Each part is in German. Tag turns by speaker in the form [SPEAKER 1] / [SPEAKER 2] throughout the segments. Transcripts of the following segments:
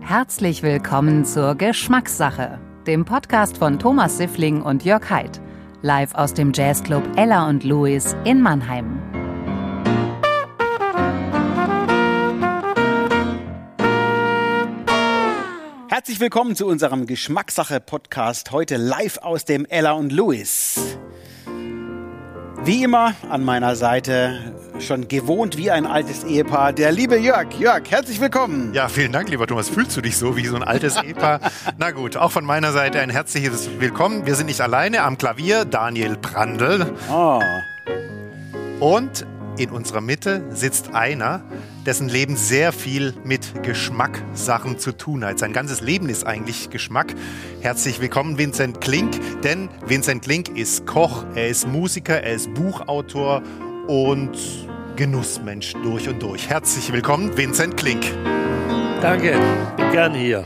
[SPEAKER 1] herzlich willkommen zur Geschmackssache, dem Podcast von Thomas Siffling und Jörg Haidt, live aus dem Jazzclub Ella und Louis in Mannheim.
[SPEAKER 2] Herzlich willkommen zu unserem Geschmackssache-Podcast, heute live aus dem Ella und Louis. Wie immer an meiner Seite, schon gewohnt wie ein altes Ehepaar, der liebe Jörg. Jörg, herzlich willkommen.
[SPEAKER 3] Ja, vielen Dank, lieber Thomas. Fühlst du dich so wie so ein altes Ehepaar? Na gut, auch von meiner Seite ein herzliches Willkommen. Wir sind nicht alleine am Klavier, Daniel Brandl.
[SPEAKER 2] Oh,
[SPEAKER 3] Und in unserer Mitte sitzt einer, dessen Leben sehr viel mit Geschmackssachen zu tun hat. Sein ganzes Leben ist eigentlich Geschmack. Herzlich willkommen, Vincent Klink, denn Vincent Klink ist Koch, er ist Musiker, er ist Buchautor und Genussmensch durch und durch. Herzlich willkommen, Vincent Klink.
[SPEAKER 4] Danke, bin gern hier.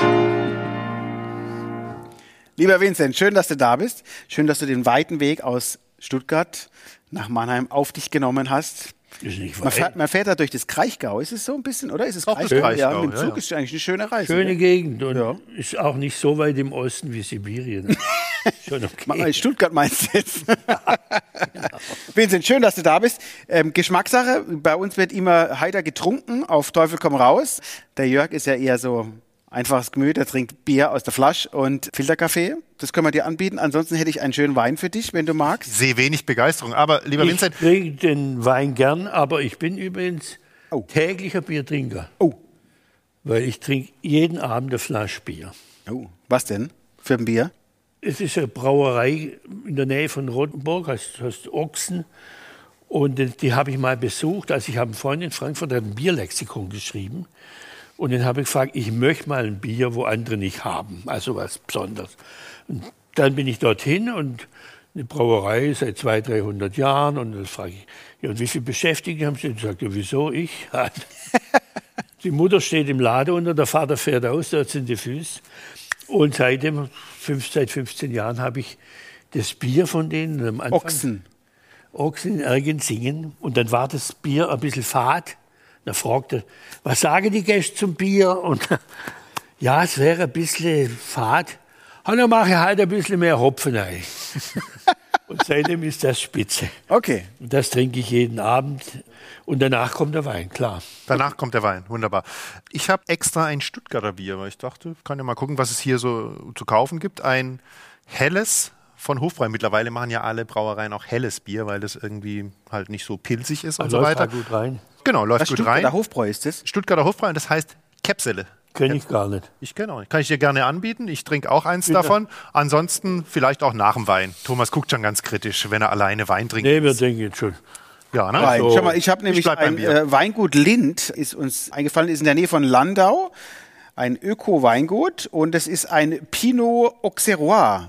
[SPEAKER 2] lieber Vincent, schön, dass du da bist. Schön, dass du den weiten Weg aus Stuttgart nach Mannheim auf dich genommen hast.
[SPEAKER 4] Ist nicht
[SPEAKER 2] Man fährt,
[SPEAKER 4] weit.
[SPEAKER 2] man fährt da durch das Kraichgau, ist es so ein bisschen, oder? Ist es
[SPEAKER 3] Doch, das Kraichgau,
[SPEAKER 2] ja, mit dem
[SPEAKER 3] ja,
[SPEAKER 2] Zug
[SPEAKER 3] ja.
[SPEAKER 2] ist eigentlich eine schöne Reise.
[SPEAKER 4] Schöne
[SPEAKER 2] gell?
[SPEAKER 4] Gegend und
[SPEAKER 2] Ja.
[SPEAKER 4] ist auch nicht so weit im Osten wie Sibirien. Schon
[SPEAKER 2] Ma-
[SPEAKER 4] okay.
[SPEAKER 2] äh, Stuttgart meinst du jetzt? Vincent, schön, dass du da bist. Ähm, Geschmackssache, bei uns wird immer heiter getrunken, auf Teufel komm raus. Der Jörg ist ja eher so einfaches Gemüt, der trinkt Bier aus der Flasche und Filterkaffee. Das können wir dir anbieten. Ansonsten hätte ich einen schönen Wein für dich, wenn du magst.
[SPEAKER 3] Sehe wenig Begeisterung, aber lieber
[SPEAKER 4] Ich
[SPEAKER 3] Vincent,
[SPEAKER 4] trinke den Wein gern, aber ich bin übrigens
[SPEAKER 2] Oh.
[SPEAKER 4] täglicher Biertrinker,
[SPEAKER 2] Oh,
[SPEAKER 4] weil ich trinke jeden Abend eine Flasche Bier.
[SPEAKER 2] oh. was denn für ein Bier?
[SPEAKER 4] Es ist eine Brauerei in der Nähe von Rottenburg, heißt, heißt Ochsen. Und die, die habe ich mal besucht. Also ich habe einen Freund in Frankfurt, der hat ein Bierlexikon geschrieben. Und den habe ich gefragt, ich möchte mal ein Bier, wo andere nicht haben. Also was Besonderes. Und dann bin ich dorthin und eine Brauerei seit 200, 300 Jahren. Und dann frage ich, ja, und wie viele Beschäftigte haben Sie? Und ich sage, ja, wieso ich? Die Mutter steht im Ladeunter, der Vater fährt aus, dort sind die Füße. Und seitdem, fünf, seit 15 Jahren, habe ich das Bier von denen am Anfang.
[SPEAKER 2] Ochsen.
[SPEAKER 4] Ochsen in Ergensingen. Und dann war das Bier ein bisschen fad. Da fragte, was sagen die Gäste zum Bier? Und ja, es wäre ein bisschen fad. Und dann mache ich halt ein bisschen mehr Hopfen rein. Und seitdem ist das spitze.
[SPEAKER 2] Okay.
[SPEAKER 4] Und das trinke ich jeden Abend. Und danach kommt der Wein, klar.
[SPEAKER 3] Danach kommt der Wein, wunderbar. Ich habe extra ein Stuttgarter Bier, weil ich dachte, ich kann ja mal gucken, was es hier so zu kaufen gibt. Ein helles von Hofbräu. Mittlerweile machen ja alle Brauereien auch helles Bier, weil das irgendwie halt nicht so pilzig ist und so
[SPEAKER 4] Läuft
[SPEAKER 3] weiter.
[SPEAKER 4] halt gut rein.
[SPEAKER 3] Genau, läuft
[SPEAKER 2] Was
[SPEAKER 3] gut
[SPEAKER 2] Stuttgarter
[SPEAKER 3] rein.
[SPEAKER 2] Hofbräu ist das?
[SPEAKER 3] Stuttgarter Hofbräu, und das heißt Käpsele.
[SPEAKER 4] Kenne ich gar nicht.
[SPEAKER 3] Ich kenne auch nicht. Kann ich dir gerne anbieten. Ich trinke auch eins davon. Ansonsten vielleicht auch nach dem Wein. Thomas guckt schon ganz kritisch, wenn er alleine Wein trinkt.
[SPEAKER 4] Nee, wir Also denken jetzt schon.
[SPEAKER 3] Ja, ne?
[SPEAKER 2] Wein.
[SPEAKER 3] So.
[SPEAKER 2] Schau mal, ich habe nämlich
[SPEAKER 3] bleib beim
[SPEAKER 2] ein
[SPEAKER 3] Bier.
[SPEAKER 2] äh, Weingut Lind, ist uns eingefallen, ist in der Nähe von Landau, ein Öko-Weingut und es ist ein Pinot Auxerrois.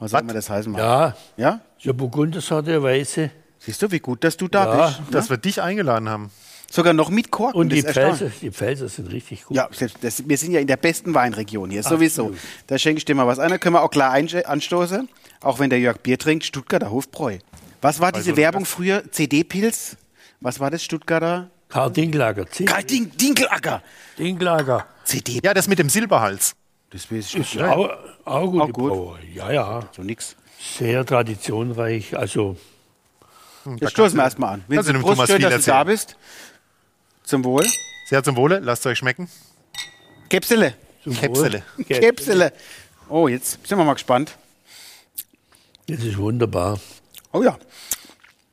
[SPEAKER 2] Was soll man das heißen? mag.
[SPEAKER 4] Ja,
[SPEAKER 2] ja?
[SPEAKER 4] ja Burgundersorte, Weiße.
[SPEAKER 2] Siehst du, wie gut, dass du da
[SPEAKER 4] Ja.
[SPEAKER 2] bist.
[SPEAKER 3] dass wir dich eingeladen haben.
[SPEAKER 2] Sogar noch mit Korken.
[SPEAKER 4] Und
[SPEAKER 2] das
[SPEAKER 4] die
[SPEAKER 2] ist erstaunlich.
[SPEAKER 4] Pfälzer, die Pfälzer sind richtig gut.
[SPEAKER 2] Ja, selbst das, wir sind ja in der besten Weinregion hier, sowieso. Da schenke ich dir mal was ein, da können wir auch klar einsch- anstoßen. Auch wenn der Jörg Bier trinkt, Stuttgarter Hofbräu. Was war diese Werbung früher? CD-Pilz? Was war das, Stuttgarter?
[SPEAKER 4] Karl Dinglager, Zin-
[SPEAKER 2] Karl Ding, Dinkelacker!
[SPEAKER 4] Dinglager.
[SPEAKER 2] CD-Pilz.
[SPEAKER 3] Ja, das mit dem Silberhals.
[SPEAKER 2] Das weiß ich nicht.
[SPEAKER 4] Ist Auch, auch gut,
[SPEAKER 2] Auch
[SPEAKER 4] die
[SPEAKER 2] gut.
[SPEAKER 4] Brauerei. Ja, ja.
[SPEAKER 2] So nix.
[SPEAKER 4] Sehr traditionreich. Also,
[SPEAKER 2] Jetzt stoßen wir erstmal an.
[SPEAKER 3] Hm, kannst du
[SPEAKER 2] Vincent,
[SPEAKER 3] dem
[SPEAKER 2] Prost,
[SPEAKER 3] Thomas
[SPEAKER 2] schön,
[SPEAKER 3] viel
[SPEAKER 2] dass du da
[SPEAKER 3] erzählen.
[SPEAKER 2] bist. Zum Wohl.
[SPEAKER 3] Sehr zum Wohle, lasst euch schmecken.
[SPEAKER 2] Käpsele.
[SPEAKER 4] zum
[SPEAKER 3] Käpsele.
[SPEAKER 4] Wohl. Käpsele.
[SPEAKER 2] Käpsele. Oh, jetzt sind wir mal gespannt.
[SPEAKER 4] Das ist wunderbar.
[SPEAKER 2] Oh ja.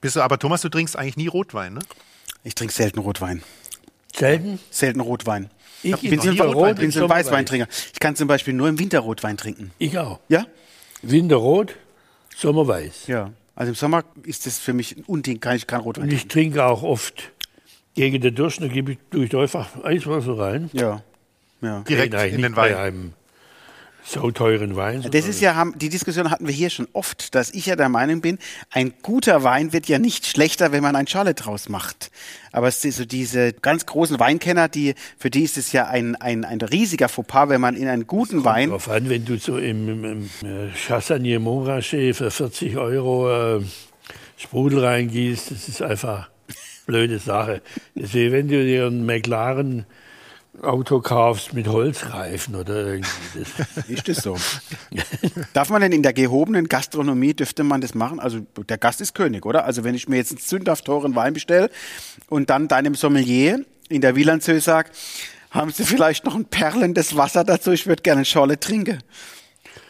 [SPEAKER 3] Bist du, aber Thomas, du trinkst eigentlich nie Rotwein, ne?
[SPEAKER 2] Ich trinke selten Rotwein.
[SPEAKER 4] Selten.
[SPEAKER 2] Selten Rotwein.
[SPEAKER 4] Ich
[SPEAKER 2] Ich bin
[SPEAKER 4] noch
[SPEAKER 2] so ein
[SPEAKER 4] nie
[SPEAKER 2] Rot,
[SPEAKER 4] Rotwein,
[SPEAKER 2] bin so ein
[SPEAKER 4] Sommer-
[SPEAKER 2] Weißweintrinker. Ich kann zum Beispiel nur im Winter Rotwein trinken.
[SPEAKER 4] Ich auch.
[SPEAKER 2] Ja?
[SPEAKER 4] Winterrot, Sommerweiß.
[SPEAKER 2] Ja. Also im Sommer ist das für mich ein Unding, kann ich kein Rotwein
[SPEAKER 4] Und ich trinke auch oft gegen den Durst, da gebe ich durch einfach Eiswürfel rein.
[SPEAKER 2] Ja. Ja.
[SPEAKER 3] Direkt
[SPEAKER 4] Nein, nein,
[SPEAKER 3] in den
[SPEAKER 4] nicht bei
[SPEAKER 3] Wein.
[SPEAKER 4] einem so teuren Wein.
[SPEAKER 2] Das ist ja, haben, die Diskussion hatten wir hier schon oft, dass ich ja der Meinung bin, ein guter Wein wird ja nicht schlechter, wenn man ein Charlotte draus macht. Aber es ist so diese ganz großen Weinkenner, die, für die ist es ja ein, ein, ein riesiger Fauxpas, wenn man in einen guten Wein,
[SPEAKER 4] Darauf an, wenn du so im, im, im äh, Chassagnier Montrachet für 40 Euro äh, Sprudel reingießt, das ist einfach blöde Sache. Deswegen, wenn du dir einen McLaren Auto kaufst mit Holzreifen oder irgendwie. Das.
[SPEAKER 2] Ist das so? Darf man denn in der gehobenen Gastronomie, dürfte man das machen? Also der Gast ist König, oder? Also wenn ich mir jetzt einen sündhaft teuren Wein bestelle und dann deinem Sommelier in der Wielandsöhe sage, haben Sie vielleicht noch ein perlendes Wasser dazu? Ich würde gerne Schorle trinken.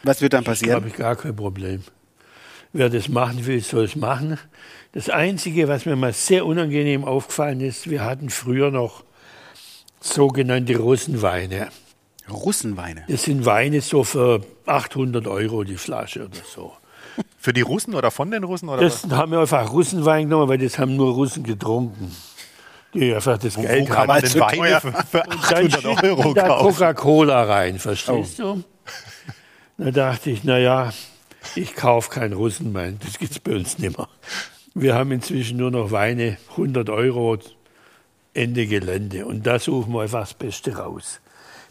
[SPEAKER 2] Was wird dann
[SPEAKER 4] Da habe
[SPEAKER 2] passieren?
[SPEAKER 4] ich gar kein Problem. Wer das machen will, soll es machen. Das Einzige, was mir mal sehr unangenehm aufgefallen ist, wir hatten früher noch sogenannte Russenweine.
[SPEAKER 2] Russenweine.
[SPEAKER 4] Das sind Weine so für 800 Euro die Flasche oder so.
[SPEAKER 3] Für die Russen oder von den Russen? Oder
[SPEAKER 4] Das haben wir einfach Russenwein genommen, weil das haben nur Russen getrunken. Die einfach das
[SPEAKER 3] was?
[SPEAKER 4] Geld
[SPEAKER 3] kann
[SPEAKER 4] haben.
[SPEAKER 3] man
[SPEAKER 2] zu
[SPEAKER 3] denn Weine
[SPEAKER 2] teuer.
[SPEAKER 3] für, für
[SPEAKER 4] Dann
[SPEAKER 3] 800
[SPEAKER 4] schütten
[SPEAKER 3] Euro
[SPEAKER 4] da
[SPEAKER 3] kaufen? Oh.
[SPEAKER 4] Coca-Cola rein, verstehst du? Da dachte ich, naja, ich kaufe keinen Russenwein, das gibt's bei uns nicht mehr. Wir haben inzwischen nur noch Weine, 100 Euro, Ende Gelände. Und da suchen wir einfach das Beste raus.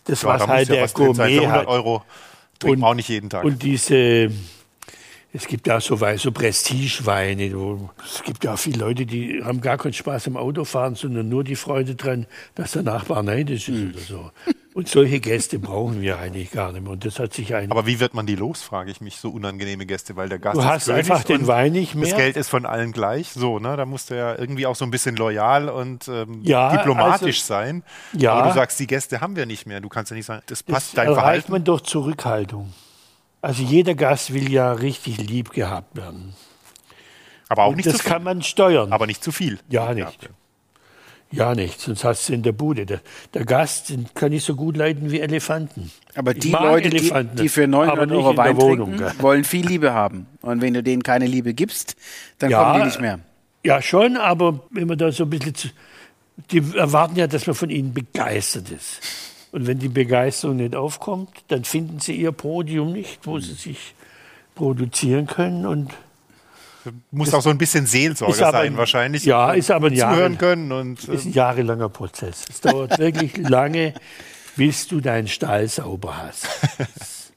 [SPEAKER 4] Das,
[SPEAKER 3] Ja,
[SPEAKER 4] was
[SPEAKER 3] da muss
[SPEAKER 4] halt
[SPEAKER 3] ja
[SPEAKER 4] der
[SPEAKER 3] was drin sein. Für
[SPEAKER 4] Gourmet
[SPEAKER 3] 100
[SPEAKER 4] hat.
[SPEAKER 3] Euro trinken wir auch nicht jeden Tag.
[SPEAKER 4] Und diese, es gibt ja auch so, Wei- so Prestigeweine. wo- Es gibt ja auch viele Leute, die haben gar keinen Spaß am Autofahren, sondern nur die Freude dran, dass der Nachbar neidisch ist
[SPEAKER 3] Hm.
[SPEAKER 4] oder so. Und solche Gäste brauchen wir eigentlich gar nicht mehr. Und das hat sich eigentlich.
[SPEAKER 3] Aber wie wird man die los, frage ich mich, so unangenehme Gäste, weil der Gast
[SPEAKER 4] Du
[SPEAKER 3] ist
[SPEAKER 4] hast
[SPEAKER 3] König
[SPEAKER 4] einfach den
[SPEAKER 3] und
[SPEAKER 4] Wein nicht
[SPEAKER 3] Das
[SPEAKER 4] mehr.
[SPEAKER 3] Geld ist von allen gleich, so, ne? Da musst du ja irgendwie auch so ein bisschen loyal und ähm,
[SPEAKER 4] Ja,
[SPEAKER 3] diplomatisch
[SPEAKER 4] also-
[SPEAKER 3] sein.
[SPEAKER 4] Ja.
[SPEAKER 3] Aber du sagst, die Gäste haben wir nicht mehr. Du kannst ja nicht sagen, das
[SPEAKER 4] Das
[SPEAKER 3] passt dein
[SPEAKER 4] erreicht
[SPEAKER 3] Verhalten.
[SPEAKER 4] man durch Zurückhaltung. Also jeder Gast will ja richtig lieb gehabt werden.
[SPEAKER 3] Aber auch nicht zu
[SPEAKER 4] das
[SPEAKER 3] viel.
[SPEAKER 4] kann man steuern.
[SPEAKER 3] Aber nicht zu viel.
[SPEAKER 4] Ja, nicht. Ja, nicht. Sonst hast du in der Bude. Der, der Gast den kann ich so gut leiden wie Elefanten.
[SPEAKER 2] Aber
[SPEAKER 4] Ich
[SPEAKER 2] die
[SPEAKER 4] mag
[SPEAKER 2] Leute, die,
[SPEAKER 4] Elefanten,
[SPEAKER 2] die für
[SPEAKER 4] aber
[SPEAKER 2] 900
[SPEAKER 4] nicht
[SPEAKER 2] Euro
[SPEAKER 4] in der
[SPEAKER 2] Wein
[SPEAKER 4] Wohnung, gell?
[SPEAKER 2] trinken, wollen viel Liebe haben. Und wenn du denen keine Liebe gibst, dann
[SPEAKER 4] Ja,
[SPEAKER 2] kommen die nicht mehr.
[SPEAKER 4] Ja, schon, aber wenn man da so ein bisschen. Zu, die erwarten ja, dass man von ihnen begeistert ist. Und wenn die Begeisterung nicht aufkommt, dann finden sie ihr Podium nicht, wo
[SPEAKER 2] Hm.
[SPEAKER 4] sie sich produzieren können. Und
[SPEAKER 3] Muss auch so ein bisschen Seelsorger
[SPEAKER 4] ist aber-
[SPEAKER 3] sein, wahrscheinlich. um
[SPEAKER 4] Ja, ist aber ein Jahr-
[SPEAKER 3] Zuhören können und
[SPEAKER 2] Ähm.
[SPEAKER 4] das ist
[SPEAKER 3] äh,
[SPEAKER 4] ein jahrelanger Prozess. Es dauert wirklich lange, bis du deinen Stall sauber hast.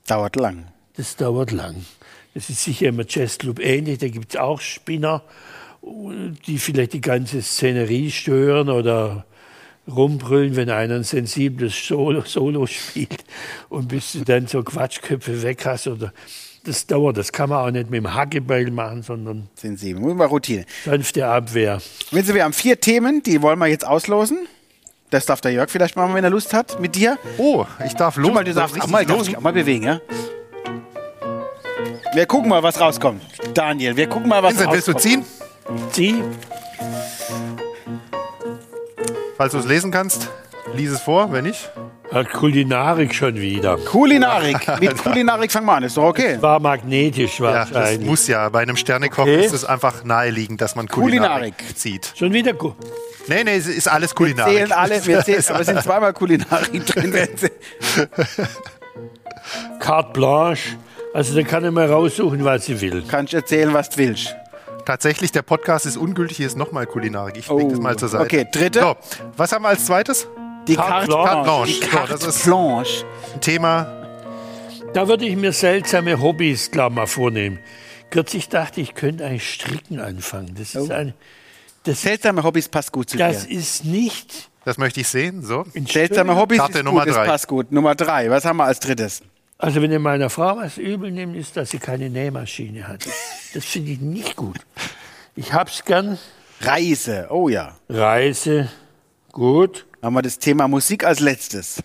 [SPEAKER 2] Dauert lang.
[SPEAKER 4] Das dauert lang. Das ist sicher im Jazzclub ähnlich. Da gibt es auch Spinner, die vielleicht die ganze Szenerie stören oder rumbrüllen, wenn einer ein sensibles Solo, Solo spielt und bis du dann so Quatschköpfe weg hast. Oder das dauert. Das kann man auch nicht mit dem Hackebeil machen, sondern
[SPEAKER 2] Sind sieben. Muss mal Routine.
[SPEAKER 4] sanfte Abwehr.
[SPEAKER 2] Wissen Sie, wir haben vier Themen, die wollen wir jetzt auslosen. Das darf der Jörg vielleicht machen, wenn er Lust hat, mit dir.
[SPEAKER 3] Oh, ich darf los.
[SPEAKER 2] Guck mal, du darfst
[SPEAKER 3] richtig
[SPEAKER 2] auch mal, darfst
[SPEAKER 3] los.
[SPEAKER 2] dich auch mal bewegen, ja? Wir gucken mal, was rauskommt. Daniel, wir gucken mal, was
[SPEAKER 3] Vincent, willst du
[SPEAKER 2] rauskommt.
[SPEAKER 3] ziehen,
[SPEAKER 4] Sie?
[SPEAKER 3] falls du es lesen kannst? Lies es vor, wenn nicht.
[SPEAKER 4] Äh, Kulinarik schon wieder.
[SPEAKER 2] Kulinarik. Mit Kulinarik fangen wir an, ist doch okay.
[SPEAKER 4] War magnetisch
[SPEAKER 3] Ja, das
[SPEAKER 4] wahrscheinlich.
[SPEAKER 3] muss ja. Bei einem Sternekoch
[SPEAKER 4] Okay.
[SPEAKER 3] ist es einfach naheliegend, dass man Kulinarik,
[SPEAKER 2] Kulinarik.
[SPEAKER 3] zieht.
[SPEAKER 4] schon wieder gut.
[SPEAKER 3] Nee, nee, es ist alles Kulinarik.
[SPEAKER 2] Zählen alle, wir zählen, aber es sind zweimal Kulinarik drin.
[SPEAKER 4] Carte blanche. Also da kann ich mal raussuchen, was sie will.
[SPEAKER 2] Kannst erzählen, was du willst.
[SPEAKER 3] Tatsächlich, der Podcast ist ungültig, hier ist nochmal Kulinarik. Ich leg das mal zur Seite.
[SPEAKER 2] Okay, dritte.
[SPEAKER 3] So, was haben wir als zweites?
[SPEAKER 2] Die
[SPEAKER 4] Carte
[SPEAKER 2] Carte
[SPEAKER 4] Blanche.
[SPEAKER 2] Blanche. Die
[SPEAKER 3] So,
[SPEAKER 2] Carte
[SPEAKER 3] das ist-
[SPEAKER 2] Blanche.
[SPEAKER 3] Ein Thema,
[SPEAKER 4] Da würde ich mir seltsame Hobbys klar mal vornehmen. Kürzlich dachte ich, ich könnte eigentlich Stricken anfangen. Das
[SPEAKER 2] Oh.
[SPEAKER 4] ist ein, das,
[SPEAKER 2] Seltsame Hobbys passt gut zu
[SPEAKER 4] das
[SPEAKER 2] dir.
[SPEAKER 4] ist nicht
[SPEAKER 3] das möchte ich sehen. So.
[SPEAKER 4] ein
[SPEAKER 2] Seltsame
[SPEAKER 4] schöner-
[SPEAKER 2] Hobbys
[SPEAKER 3] Karte
[SPEAKER 2] ist
[SPEAKER 3] Nummer
[SPEAKER 2] gut,
[SPEAKER 3] drei.
[SPEAKER 2] das passt gut. Nummer drei, was haben wir als drittes?
[SPEAKER 4] Also wenn ihr meiner Frau was übel nehmt, ist, dass sie keine Nähmaschine hat. Das finde ich nicht gut. Ich hab's gern.
[SPEAKER 2] Reise, oh ja.
[SPEAKER 4] Reise, gut.
[SPEAKER 2] Haben wir das Thema Musik als letztes.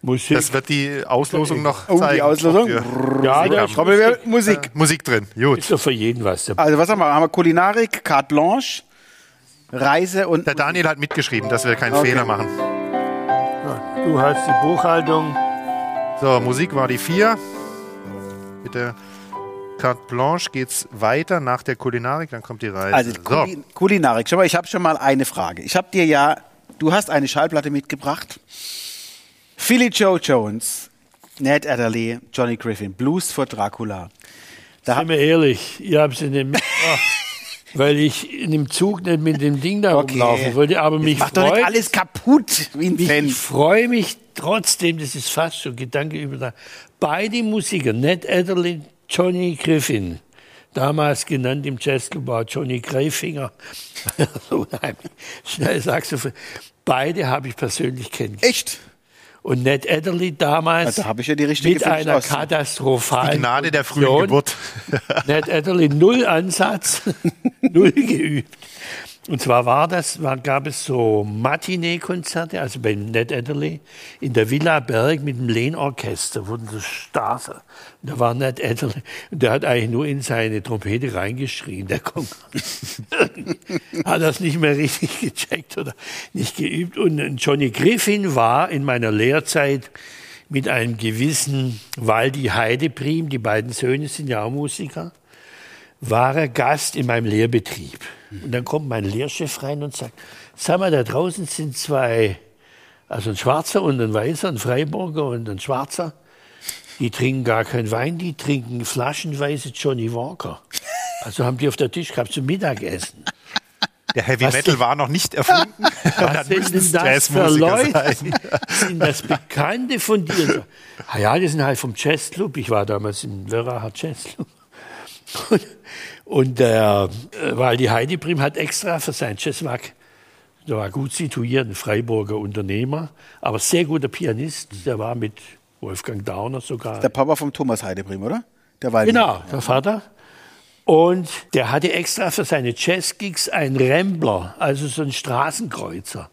[SPEAKER 4] Musik,
[SPEAKER 3] Das wird die Auslosung noch
[SPEAKER 2] Oh, die
[SPEAKER 3] zeigen. ob
[SPEAKER 2] Auslosung.
[SPEAKER 3] wir
[SPEAKER 4] Ja,
[SPEAKER 3] Musik
[SPEAKER 4] da
[SPEAKER 3] haben.
[SPEAKER 4] ist-
[SPEAKER 2] Trommelwirbel, Musik.
[SPEAKER 3] Musik drin. Gut.
[SPEAKER 4] ist doch für jeden was dabei.
[SPEAKER 2] Also was haben wir? Haben wir Kulinarik, Carte Blanche, Reise und
[SPEAKER 3] Der Daniel hat mitgeschrieben, dass wir keinen
[SPEAKER 2] Okay.
[SPEAKER 3] Fehler machen.
[SPEAKER 4] Du hast die Buchhaltung.
[SPEAKER 3] So, Musik war die vier. Mit der Carte Blanche geht's weiter nach der Kulinarik, dann kommt die Reise.
[SPEAKER 2] also
[SPEAKER 3] so.
[SPEAKER 2] Kulin Kulinarik. Schau mal, ich habe schon mal eine Frage. Ich habe dir ja, du hast eine Schallplatte mitgebracht. Philly Joe Jones, Ned Adderley, Johnny Griffin, Blues for Dracula.
[SPEAKER 4] Seien wir ehrlich, ich habe sie nicht mitgebracht, Ah, weil ich in dem Zug nicht mit dem Ding da rumlaufen wollte. Aber mich
[SPEAKER 2] Mach doch nicht
[SPEAKER 4] freut,
[SPEAKER 2] alles kaputt,
[SPEAKER 4] ich
[SPEAKER 2] Vincent.
[SPEAKER 4] freue mich trotzdem, das ist fast schon Gedanke über da. Beide Musiker, Ned Adderley, Johnny Griffin, damals genannt im Jazzclub war Johnny Greifinger, so unheimlich schnell Saxophon. Beide habe ich persönlich kennengelernt.
[SPEAKER 2] Echt? Ah,
[SPEAKER 4] Und Ned Adderley damals
[SPEAKER 2] Da habe ich ja die richtige
[SPEAKER 4] mit
[SPEAKER 2] für mich
[SPEAKER 4] einer
[SPEAKER 2] aus.
[SPEAKER 4] katastrophalen
[SPEAKER 3] Die Gnade der frühen
[SPEAKER 4] Produktion.
[SPEAKER 3] Geburt.
[SPEAKER 4] Ned Adderley, null Ansatz, null geübt. Und zwar war das, war, gab es so Matinee-Konzerte, also bei Ned Adderley, in der Villa Berg mit dem Lehnorchester wurden so Stars. Und Da war Ned Adderley, und der hat eigentlich nur in seine Trompete reingeschrien, der kommt. hat das nicht mehr richtig gecheckt oder nicht geübt. Und Johnny Griffin war in meiner Lehrzeit mit einem gewissen Waldi Heideprim, die beiden Söhne sind ja auch Musiker, war er Gast in meinem Lehrbetrieb. Und dann kommt mein Lehrchef rein und sagt, sag mal, da draußen sind zwei, also ein Schwarzer und ein Weißer, ein Freiburger und ein Schwarzer. Die trinken gar keinen Wein, die trinken flaschenweise Johnny Walker. Also haben die auf der Tisch gehabt zum Mittagessen.
[SPEAKER 3] Der Heavy
[SPEAKER 4] Was
[SPEAKER 3] Metal war noch nicht erfunden.
[SPEAKER 4] Was sind denn
[SPEAKER 3] müssen's
[SPEAKER 4] das für
[SPEAKER 3] Jazzmusiker
[SPEAKER 4] Leute?
[SPEAKER 3] sein.
[SPEAKER 4] Sind das Bekannte von dir? Ah ja, die sind halt vom Jazzclub. Ich war damals im Wöracher Jazzclub. Und, und der, äh, weil die Heidi Prim hat extra für sein Jazzwack, der war gut situiert, ein Freiburger Unternehmer, aber sehr guter Pianist. Der war mit Wolfgang Dauner sogar.
[SPEAKER 2] Der Papa vom Thomas Heidebrim, oder? Der Waldi.
[SPEAKER 4] Genau, der Vater. Und der hatte extra für seine Jazzgigs einen Rambler, also so einen Straßenkreuzer.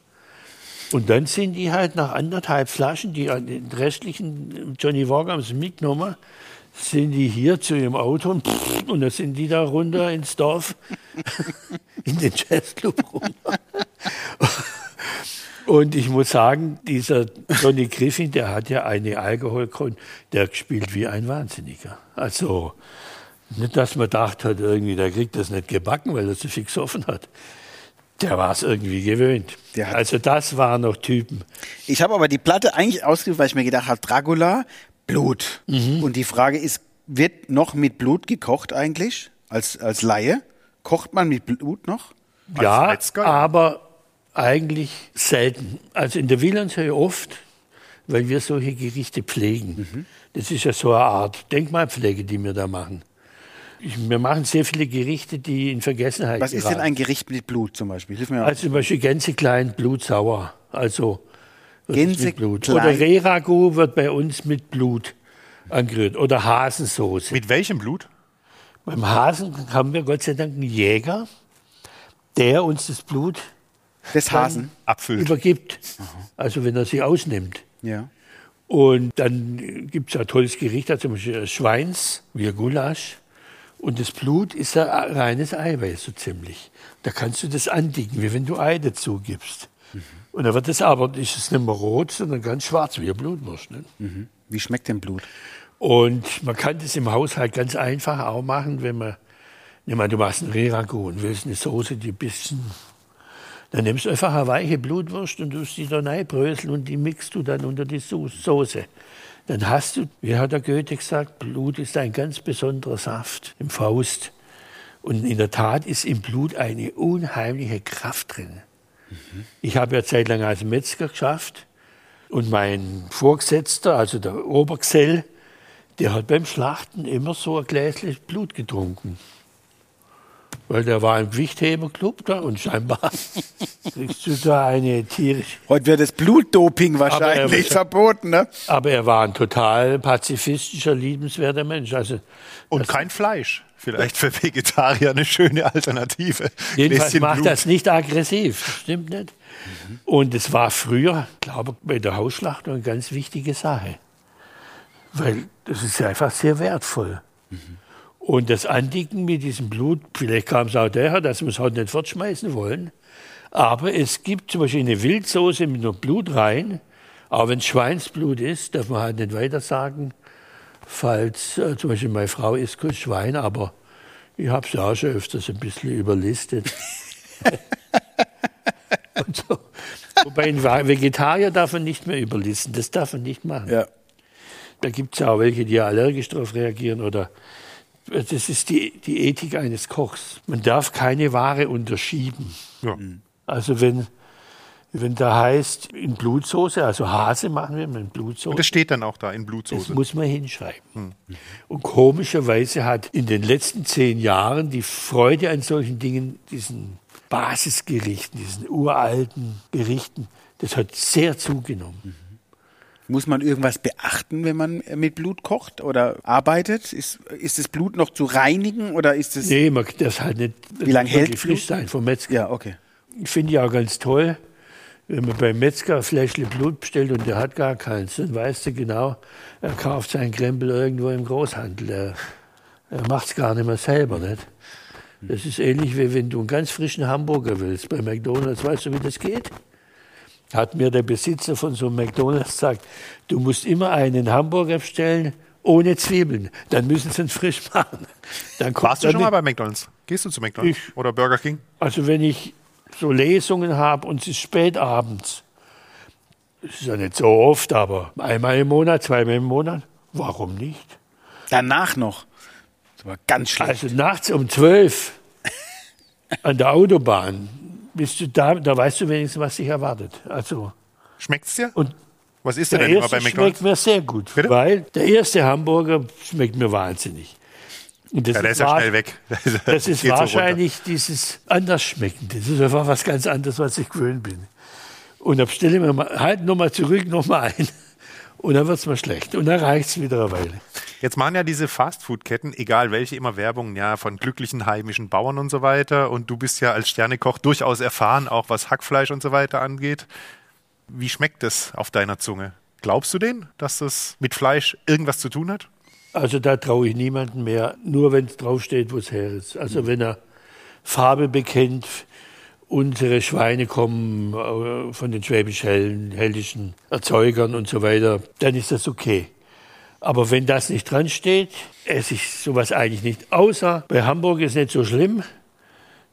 [SPEAKER 4] Und dann sind die halt nach anderthalb Flaschen, die an den restlichen Johnny Walker haben sie mitgenommen, sind die hier zu ihrem Auto und, pff, und dann sind die da runter ins Dorf, in den Jazzclub runter. Und ich muss sagen, dieser Johnny Griffin, der hat ja eine Alkoholkron, der spielt wie ein Wahnsinniger. Also nicht, dass man gedacht hat, irgendwie, der kriegt das nicht gebacken, weil er zu viel gesoffen hat. Der war es irgendwie gewöhnt.
[SPEAKER 2] Der hat-
[SPEAKER 4] also das waren noch Typen.
[SPEAKER 2] Ich habe aber die Platte eigentlich ausgewählt, weil ich mir gedacht habe, Dracula, Blut.
[SPEAKER 4] Mhm.
[SPEAKER 2] Und die Frage ist, wird noch mit Blut gekocht eigentlich? Als, als Laie? Kocht man mit Blut noch?
[SPEAKER 4] ja,
[SPEAKER 3] Metzger?
[SPEAKER 4] aber eigentlich selten. Also in der Wielandshöhe oft, weil wir solche Gerichte pflegen.
[SPEAKER 2] Mhm.
[SPEAKER 4] Das ist ja so eine Art Denkmalpflege, die wir da machen. Ich, wir machen sehr viele Gerichte, die in Vergessenheit
[SPEAKER 2] Was ist denn
[SPEAKER 4] geraten.
[SPEAKER 2] ein Gericht mit Blut zum Beispiel? Hilf mir mal.
[SPEAKER 4] Also zum Beispiel Gänseklein, blutsauer. Also wird es mit
[SPEAKER 2] Gänseklein.
[SPEAKER 4] Blut. Oder Rehragu wird bei uns mit Blut angerührt. Oder Hasensoße.
[SPEAKER 3] Mit welchem Blut?
[SPEAKER 4] Beim Hasen haben wir Gott sei Dank einen Jäger, der uns das Blut
[SPEAKER 2] Des Hasen.
[SPEAKER 3] Abfüllt.
[SPEAKER 4] übergibt. Also wenn er sich ausnimmt.
[SPEAKER 2] Ja.
[SPEAKER 4] Und dann gibt es ein tolles Gericht, also zum Beispiel Schweins, wie ein Gulasch. Und das Blut ist ein reines Eiweiß, so ziemlich. Da kannst du das andicken, wie wenn du Ei dazu gibst. Und dann wird es aber, ist es nicht mehr rot, sondern ganz schwarz, wie eine Blutwurst. Ne?
[SPEAKER 2] Wie schmeckt denn Blut?
[SPEAKER 4] Und man kann das im Haushalt ganz einfach auch machen, wenn man, nimm mal, du machst einen Reragu und willst eine Soße, die ein bisschen, dann nimmst du einfach eine weiche Blutwurst und tust die da reinbröseln und die mixt du dann unter die Su- Soße. Dann hast du, wie hat der Goethe gesagt, Blut ist ein ganz besonderer Saft im Faust. Und in der Tat ist im Blut eine unheimliche Kraft drin. Ich habe ja zeitlang als Metzger geschafft und mein Vorgesetzter, also der Obergesell, der hat beim Schlachten immer so ein Gläschen Blut getrunken. Weil der war im Gewichtheberclub da und scheinbar kriegst du da eine tierische.
[SPEAKER 2] Heute wird das Blutdoping
[SPEAKER 4] Aber, äh,
[SPEAKER 2] wahrscheinlich verboten, ne?
[SPEAKER 4] Aber er war ein total pazifistischer, liebenswerter Mensch. Also
[SPEAKER 3] Und kein Fleisch. Vielleicht für Vegetarier eine schöne Alternative.
[SPEAKER 4] Jedenfalls
[SPEAKER 3] Gläschen
[SPEAKER 4] macht
[SPEAKER 3] Blut.
[SPEAKER 4] das nicht aggressiv, das stimmt nicht. Und es war früher, glaube ich, bei der Hausschlachtung eine ganz wichtige Sache. Weil das ist ja einfach sehr wertvoll. Und das Andicken mit diesem Blut, vielleicht kam es auch daher, dass wir es heute nicht fortschmeißen wollen. Aber es gibt zum Beispiel eine Wildsoße mit nur Blut rein. Aber wenn es Schweinsblut ist, darf man halt nicht weiter sagen, falls äh, zum Beispiel meine Frau isst kein Schwein, aber ich habe sie auch schon öfters ein bisschen überlistet. Und so. Wobei ein Wa- Vegetarier darf man nicht mehr überlisten, das darf man nicht machen.
[SPEAKER 2] Ja.
[SPEAKER 4] Da gibt es ja auch welche, die allergisch darauf reagieren oder äh, das ist die, die Ethik eines Kochs. Man darf keine Ware unterschieben.
[SPEAKER 3] Ja.
[SPEAKER 4] Also wenn Wenn da heißt, in Blutsoße, also Hase machen wir mit Blutsoße.
[SPEAKER 3] Das steht dann auch da in
[SPEAKER 4] Das
[SPEAKER 3] Blutsoße.
[SPEAKER 4] muss man hinschreiben.
[SPEAKER 2] Hm.
[SPEAKER 4] Und komischerweise hat in den letzten zehn Jahren die Freude an solchen Dingen, diesen Basisgerichten, diesen uralten Gerichten, das hat sehr
[SPEAKER 2] Hm.
[SPEAKER 4] zugenommen.
[SPEAKER 2] Muss man irgendwas beachten, wenn man äh, mit Blut kocht oder arbeitet? Ist, ist das Blut noch zu reinigen oder ist es.
[SPEAKER 4] Nee, man das halt nicht
[SPEAKER 2] Wie lange hält
[SPEAKER 4] wirklich frisch
[SPEAKER 2] Blut?
[SPEAKER 4] sein vom Metzger.
[SPEAKER 2] Ja, okay.
[SPEAKER 4] Ich finde ja ganz toll, wenn man beim Metzger ein Fläschchen Blut bestellt und der hat gar keins, dann weißt du genau, er kauft seinen Krempel irgendwo im Großhandel. Er, er macht es gar nicht mehr selber. Nicht? Das ist ähnlich wie wenn du einen ganz frischen Hamburger willst. Bei McDonalds weißt du, wie das geht? Hat mir der Besitzer von so einem McDonalds gesagt, du musst immer einen Hamburger bestellen ohne Zwiebeln. Dann müssen sie ihn frisch machen. Dann kommt
[SPEAKER 3] Warst du
[SPEAKER 4] er
[SPEAKER 3] schon
[SPEAKER 4] mit-
[SPEAKER 3] mal bei McDonalds? Gehst du zu McDonalds? Oder Burger King?
[SPEAKER 4] also wenn ich so Lesungen habe und es ist spät abends, es ist ja nicht so oft, aber einmal im Monat, zweimal im Monat, warum nicht?
[SPEAKER 2] Danach noch. Das war ganz schlecht.
[SPEAKER 4] Also nachts um zwölf an der Autobahn bist du da, da weißt du wenigstens, was dich erwartet. Also
[SPEAKER 3] Schmeckt's dir?
[SPEAKER 4] und
[SPEAKER 3] Was ist
[SPEAKER 4] der
[SPEAKER 3] denn immer bei
[SPEAKER 4] erste schmeckt
[SPEAKER 3] McDonalds?
[SPEAKER 4] mir sehr gut,
[SPEAKER 3] Bitte?
[SPEAKER 4] weil der erste Hamburger schmeckt mir wahnsinnig. Und das
[SPEAKER 3] Ja, der ist ja
[SPEAKER 4] wahr-
[SPEAKER 3] schnell weg. Geht
[SPEAKER 4] Das ist
[SPEAKER 3] so runter.
[SPEAKER 4] wahrscheinlich dieses Andersschmeckende. Das ist einfach was ganz anderes, was ich gewöhnt bin. Und dann stelle ich mir mal, halt nochmal zurück, nochmal ein. Und dann wird's mal schlecht. Und dann reicht's wieder eine Weile.
[SPEAKER 3] Jetzt machen ja diese Fastfood-Ketten, egal welche, immer Werbung, ja, von glücklichen heimischen Bauern und so weiter. Und du bist ja als Sternekoch durchaus erfahren, auch was Hackfleisch und so weiter angeht. Wie schmeckt es auf deiner Zunge? Glaubst du den, dass das mit Fleisch irgendwas zu tun hat?
[SPEAKER 4] Also da traue ich niemanden mehr, nur wenn es draufsteht, wo es her ist. Also wenn er Farbe bekennt, unsere Schweine kommen äh, von den schwäbisch-hellischen Erzeugern und so weiter, dann ist das okay. Aber wenn das nicht dran steht, esse ich sowas eigentlich nicht. Außer bei Hamburg ist nicht so schlimm.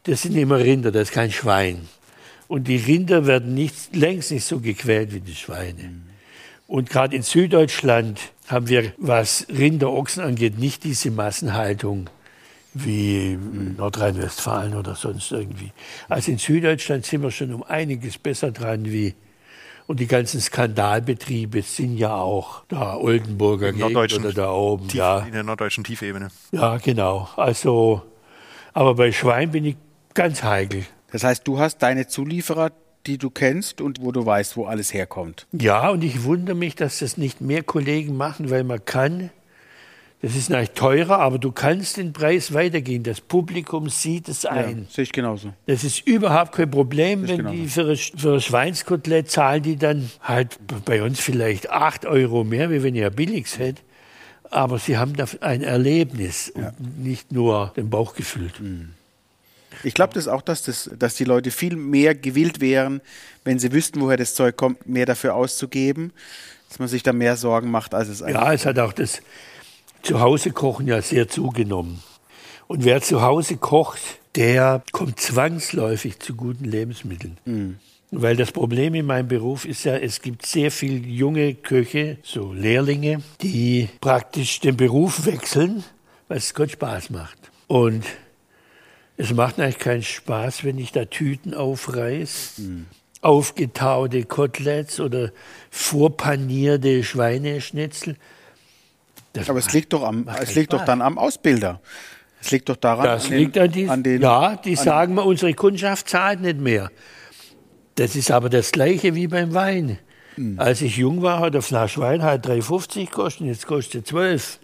[SPEAKER 4] Das sind immer Rinder, das ist kein Schwein. Und die Rinder werden nicht, längst nicht so gequält wie die Schweine. Und gerade in Süddeutschland haben wir, was Rinder, Ochsen angeht, nicht diese Massenhaltung wie Nordrhein-Westfalen oder sonst irgendwie. Also in Süddeutschland sind wir schon um einiges besser dran wie. Und die ganzen Skandalbetriebe sind ja auch da, Oldenburger Gegend
[SPEAKER 3] Norddeutschen
[SPEAKER 4] oder da oben.
[SPEAKER 3] Tief,
[SPEAKER 4] ja.
[SPEAKER 3] In der norddeutschen Tiefebene.
[SPEAKER 4] Ja, genau. Also, aber bei Schwein bin ich ganz heikel.
[SPEAKER 2] Das heißt, du hast deine Zulieferer, die du kennst und wo du weißt, wo alles herkommt.
[SPEAKER 4] Ja, und ich wundere mich, dass das nicht mehr Kollegen machen, weil man kann. Das ist natürlich teurer, aber du kannst den Preis weitergehen. Das Publikum sieht es ein.
[SPEAKER 2] Sehe ich genauso.
[SPEAKER 4] Das ist überhaupt kein Problem, wenn
[SPEAKER 2] genau
[SPEAKER 4] die für ein, für ein Schweinskotelett zahlen, die dann halt b- bei uns vielleicht 8 Euro mehr, wie wenn ihr billigs hättet. Aber sie haben da ein Erlebnis und nicht nur den Bauch gefüllt.
[SPEAKER 2] Ich glaube das auch, dass, das, dass die Leute viel mehr gewillt wären, wenn sie wüssten, woher das Zeug kommt, mehr dafür auszugeben, dass man sich da mehr Sorgen macht, als es eigentlich
[SPEAKER 4] Ja, es hat auch das Zuhausekochen ja sehr zugenommen. Und wer zu Hause kocht, der kommt zwangsläufig zu guten Lebensmitteln. Weil das Problem in meinem Beruf ist ja, es gibt sehr viele junge Köche, so Lehrlinge, die praktisch den Beruf wechseln, weil es Gott Spaß macht. Und es macht eigentlich keinen Spaß, wenn ich da Tüten aufreiß, aufgetaute Koteletts oder vorpanierte Schweineschnitzel. Das
[SPEAKER 2] Aber es liegt doch am, es
[SPEAKER 4] keinen
[SPEAKER 2] liegt doch
[SPEAKER 4] Spaß.
[SPEAKER 2] dann am Ausbilder. Es liegt doch daran,
[SPEAKER 4] Das liegt an diesen.
[SPEAKER 2] an den
[SPEAKER 4] ja, die sagen mal, unsere Kundschaft zahlt nicht mehr. Das ist aber das Gleiche wie beim Wein.
[SPEAKER 2] Hm.
[SPEAKER 4] Als ich jung war, hat ein Flasch Wein halt 3,50 gekostet, jetzt kostet 12.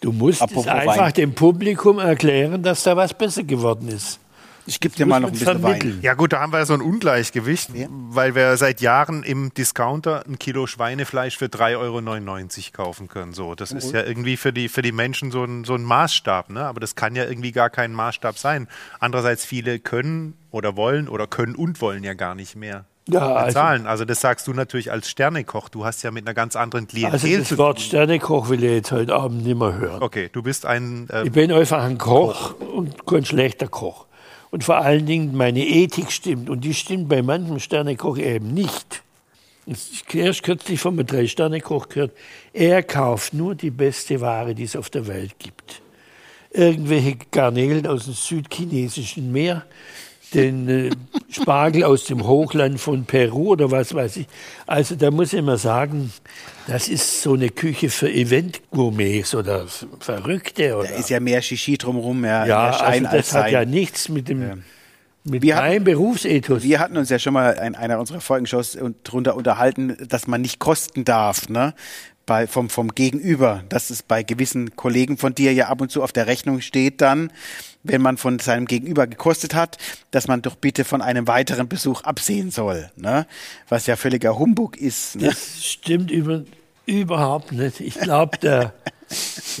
[SPEAKER 4] Du musst
[SPEAKER 2] Apropos
[SPEAKER 4] es einfach
[SPEAKER 2] Wein.
[SPEAKER 4] dem Publikum erklären, dass da was besser geworden ist.
[SPEAKER 2] ich gebe dir mal noch
[SPEAKER 4] Muss
[SPEAKER 2] ein
[SPEAKER 4] man
[SPEAKER 2] bisschen
[SPEAKER 4] vermitteln.
[SPEAKER 2] Wein.
[SPEAKER 3] Ja gut, da haben wir ja so ein Ungleichgewicht, weil wir seit Jahren im Discounter ein Kilo Schweinefleisch für 3,99 Euro kaufen können. So, das
[SPEAKER 4] Oh.
[SPEAKER 3] ist ja irgendwie für die, für die Menschen so ein, so ein Maßstab, ne? aber das kann ja irgendwie gar kein Maßstab sein. Andererseits viele können oder wollen oder können und wollen ja gar nicht mehr
[SPEAKER 4] Ja, also-
[SPEAKER 3] bezahlen. Also, das sagst du natürlich als Sternekoch, du hast ja mit einer ganz anderen
[SPEAKER 4] Also
[SPEAKER 3] Klientel zu
[SPEAKER 4] das
[SPEAKER 3] tun.
[SPEAKER 4] Wort Sternekoch will ich jetzt heute Abend nicht mehr hören.
[SPEAKER 3] Okay, du bist ein... Äh,
[SPEAKER 4] Ich bin einfach ein Koch und kein schlechter Koch. Und vor allen Dingen meine Ethik stimmt. Und die stimmt bei manchem Sternekoch eben nicht. Ich habe erst kürzlich von einem Drei-Sterne-Koch gehört, er kauft nur die beste Ware, die es auf der Welt gibt. Irgendwelche Garnelen aus dem südchinesischen Meer, den äh, Spargel aus dem Hochland von Peru oder was weiß ich. Also da muss ich immer sagen, das ist so eine Küche für Event-Gourmets oder F- Verrückte. Oder
[SPEAKER 2] Da ist ja mehr Shishi drumherum, ja,
[SPEAKER 4] ja,
[SPEAKER 2] mehr Schein
[SPEAKER 4] also das
[SPEAKER 2] als
[SPEAKER 4] hat ja
[SPEAKER 2] Sein.
[SPEAKER 4] nichts mit dem mit
[SPEAKER 2] Wir hatten-
[SPEAKER 4] meinem Berufsethos.
[SPEAKER 2] Wir hatten uns ja schon mal in einer unserer Folgenshows und drunter unterhalten, dass man nicht kosten darf, ne? Bei, vom, vom Gegenüber, dass es bei gewissen Kollegen von dir ja ab und zu auf der Rechnung steht dann, wenn man von seinem Gegenüber gekostet hat, dass man doch bitte von einem weiteren Besuch absehen soll, ne? Was ja völliger Humbug ist. Ne?
[SPEAKER 4] Das stimmt über, überhaupt nicht. Ich glaube, der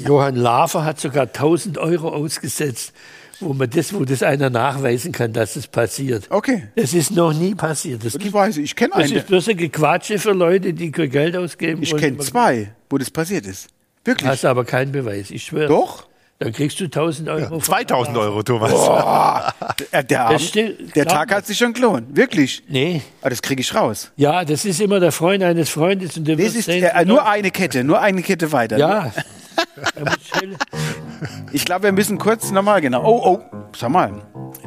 [SPEAKER 4] Johann Lafer hat sogar 1000 Euro ausgesetzt, wo man das, wo das einer nachweisen kann, dass es passiert.
[SPEAKER 2] Okay.
[SPEAKER 4] Das ist noch nie passiert. Das,
[SPEAKER 2] Das
[SPEAKER 4] gibt,
[SPEAKER 2] weiß ich, ich kenne
[SPEAKER 4] das ist
[SPEAKER 2] einen.
[SPEAKER 4] bloß ein Gequatsche für Leute, die kein Geld ausgeben
[SPEAKER 2] Ich
[SPEAKER 4] wollen.
[SPEAKER 2] kenne zwei, wo das passiert ist. Wirklich.
[SPEAKER 4] Hast aber keinen Beweis, ich schwöre.
[SPEAKER 2] Doch?
[SPEAKER 4] Dann kriegst du 1000 Euro.
[SPEAKER 3] 2000 Euro, Thomas.
[SPEAKER 2] Äh, Der, Abend,
[SPEAKER 4] stimmt,
[SPEAKER 2] der
[SPEAKER 4] glaub
[SPEAKER 2] Tag hat sich schon gelohnt. Wirklich.
[SPEAKER 4] Nee.
[SPEAKER 2] Aber das kriege ich raus.
[SPEAKER 4] Ja, das ist immer der Freund eines Freundes. Und der
[SPEAKER 2] Das
[SPEAKER 4] wird
[SPEAKER 2] ist
[SPEAKER 4] sehen,
[SPEAKER 2] äh, nur eine Kette, nur eine Kette weiter.
[SPEAKER 4] Ja. Er muss schnell-
[SPEAKER 2] Ich glaube, wir müssen kurz nochmal genau. Oh, oh, sag mal.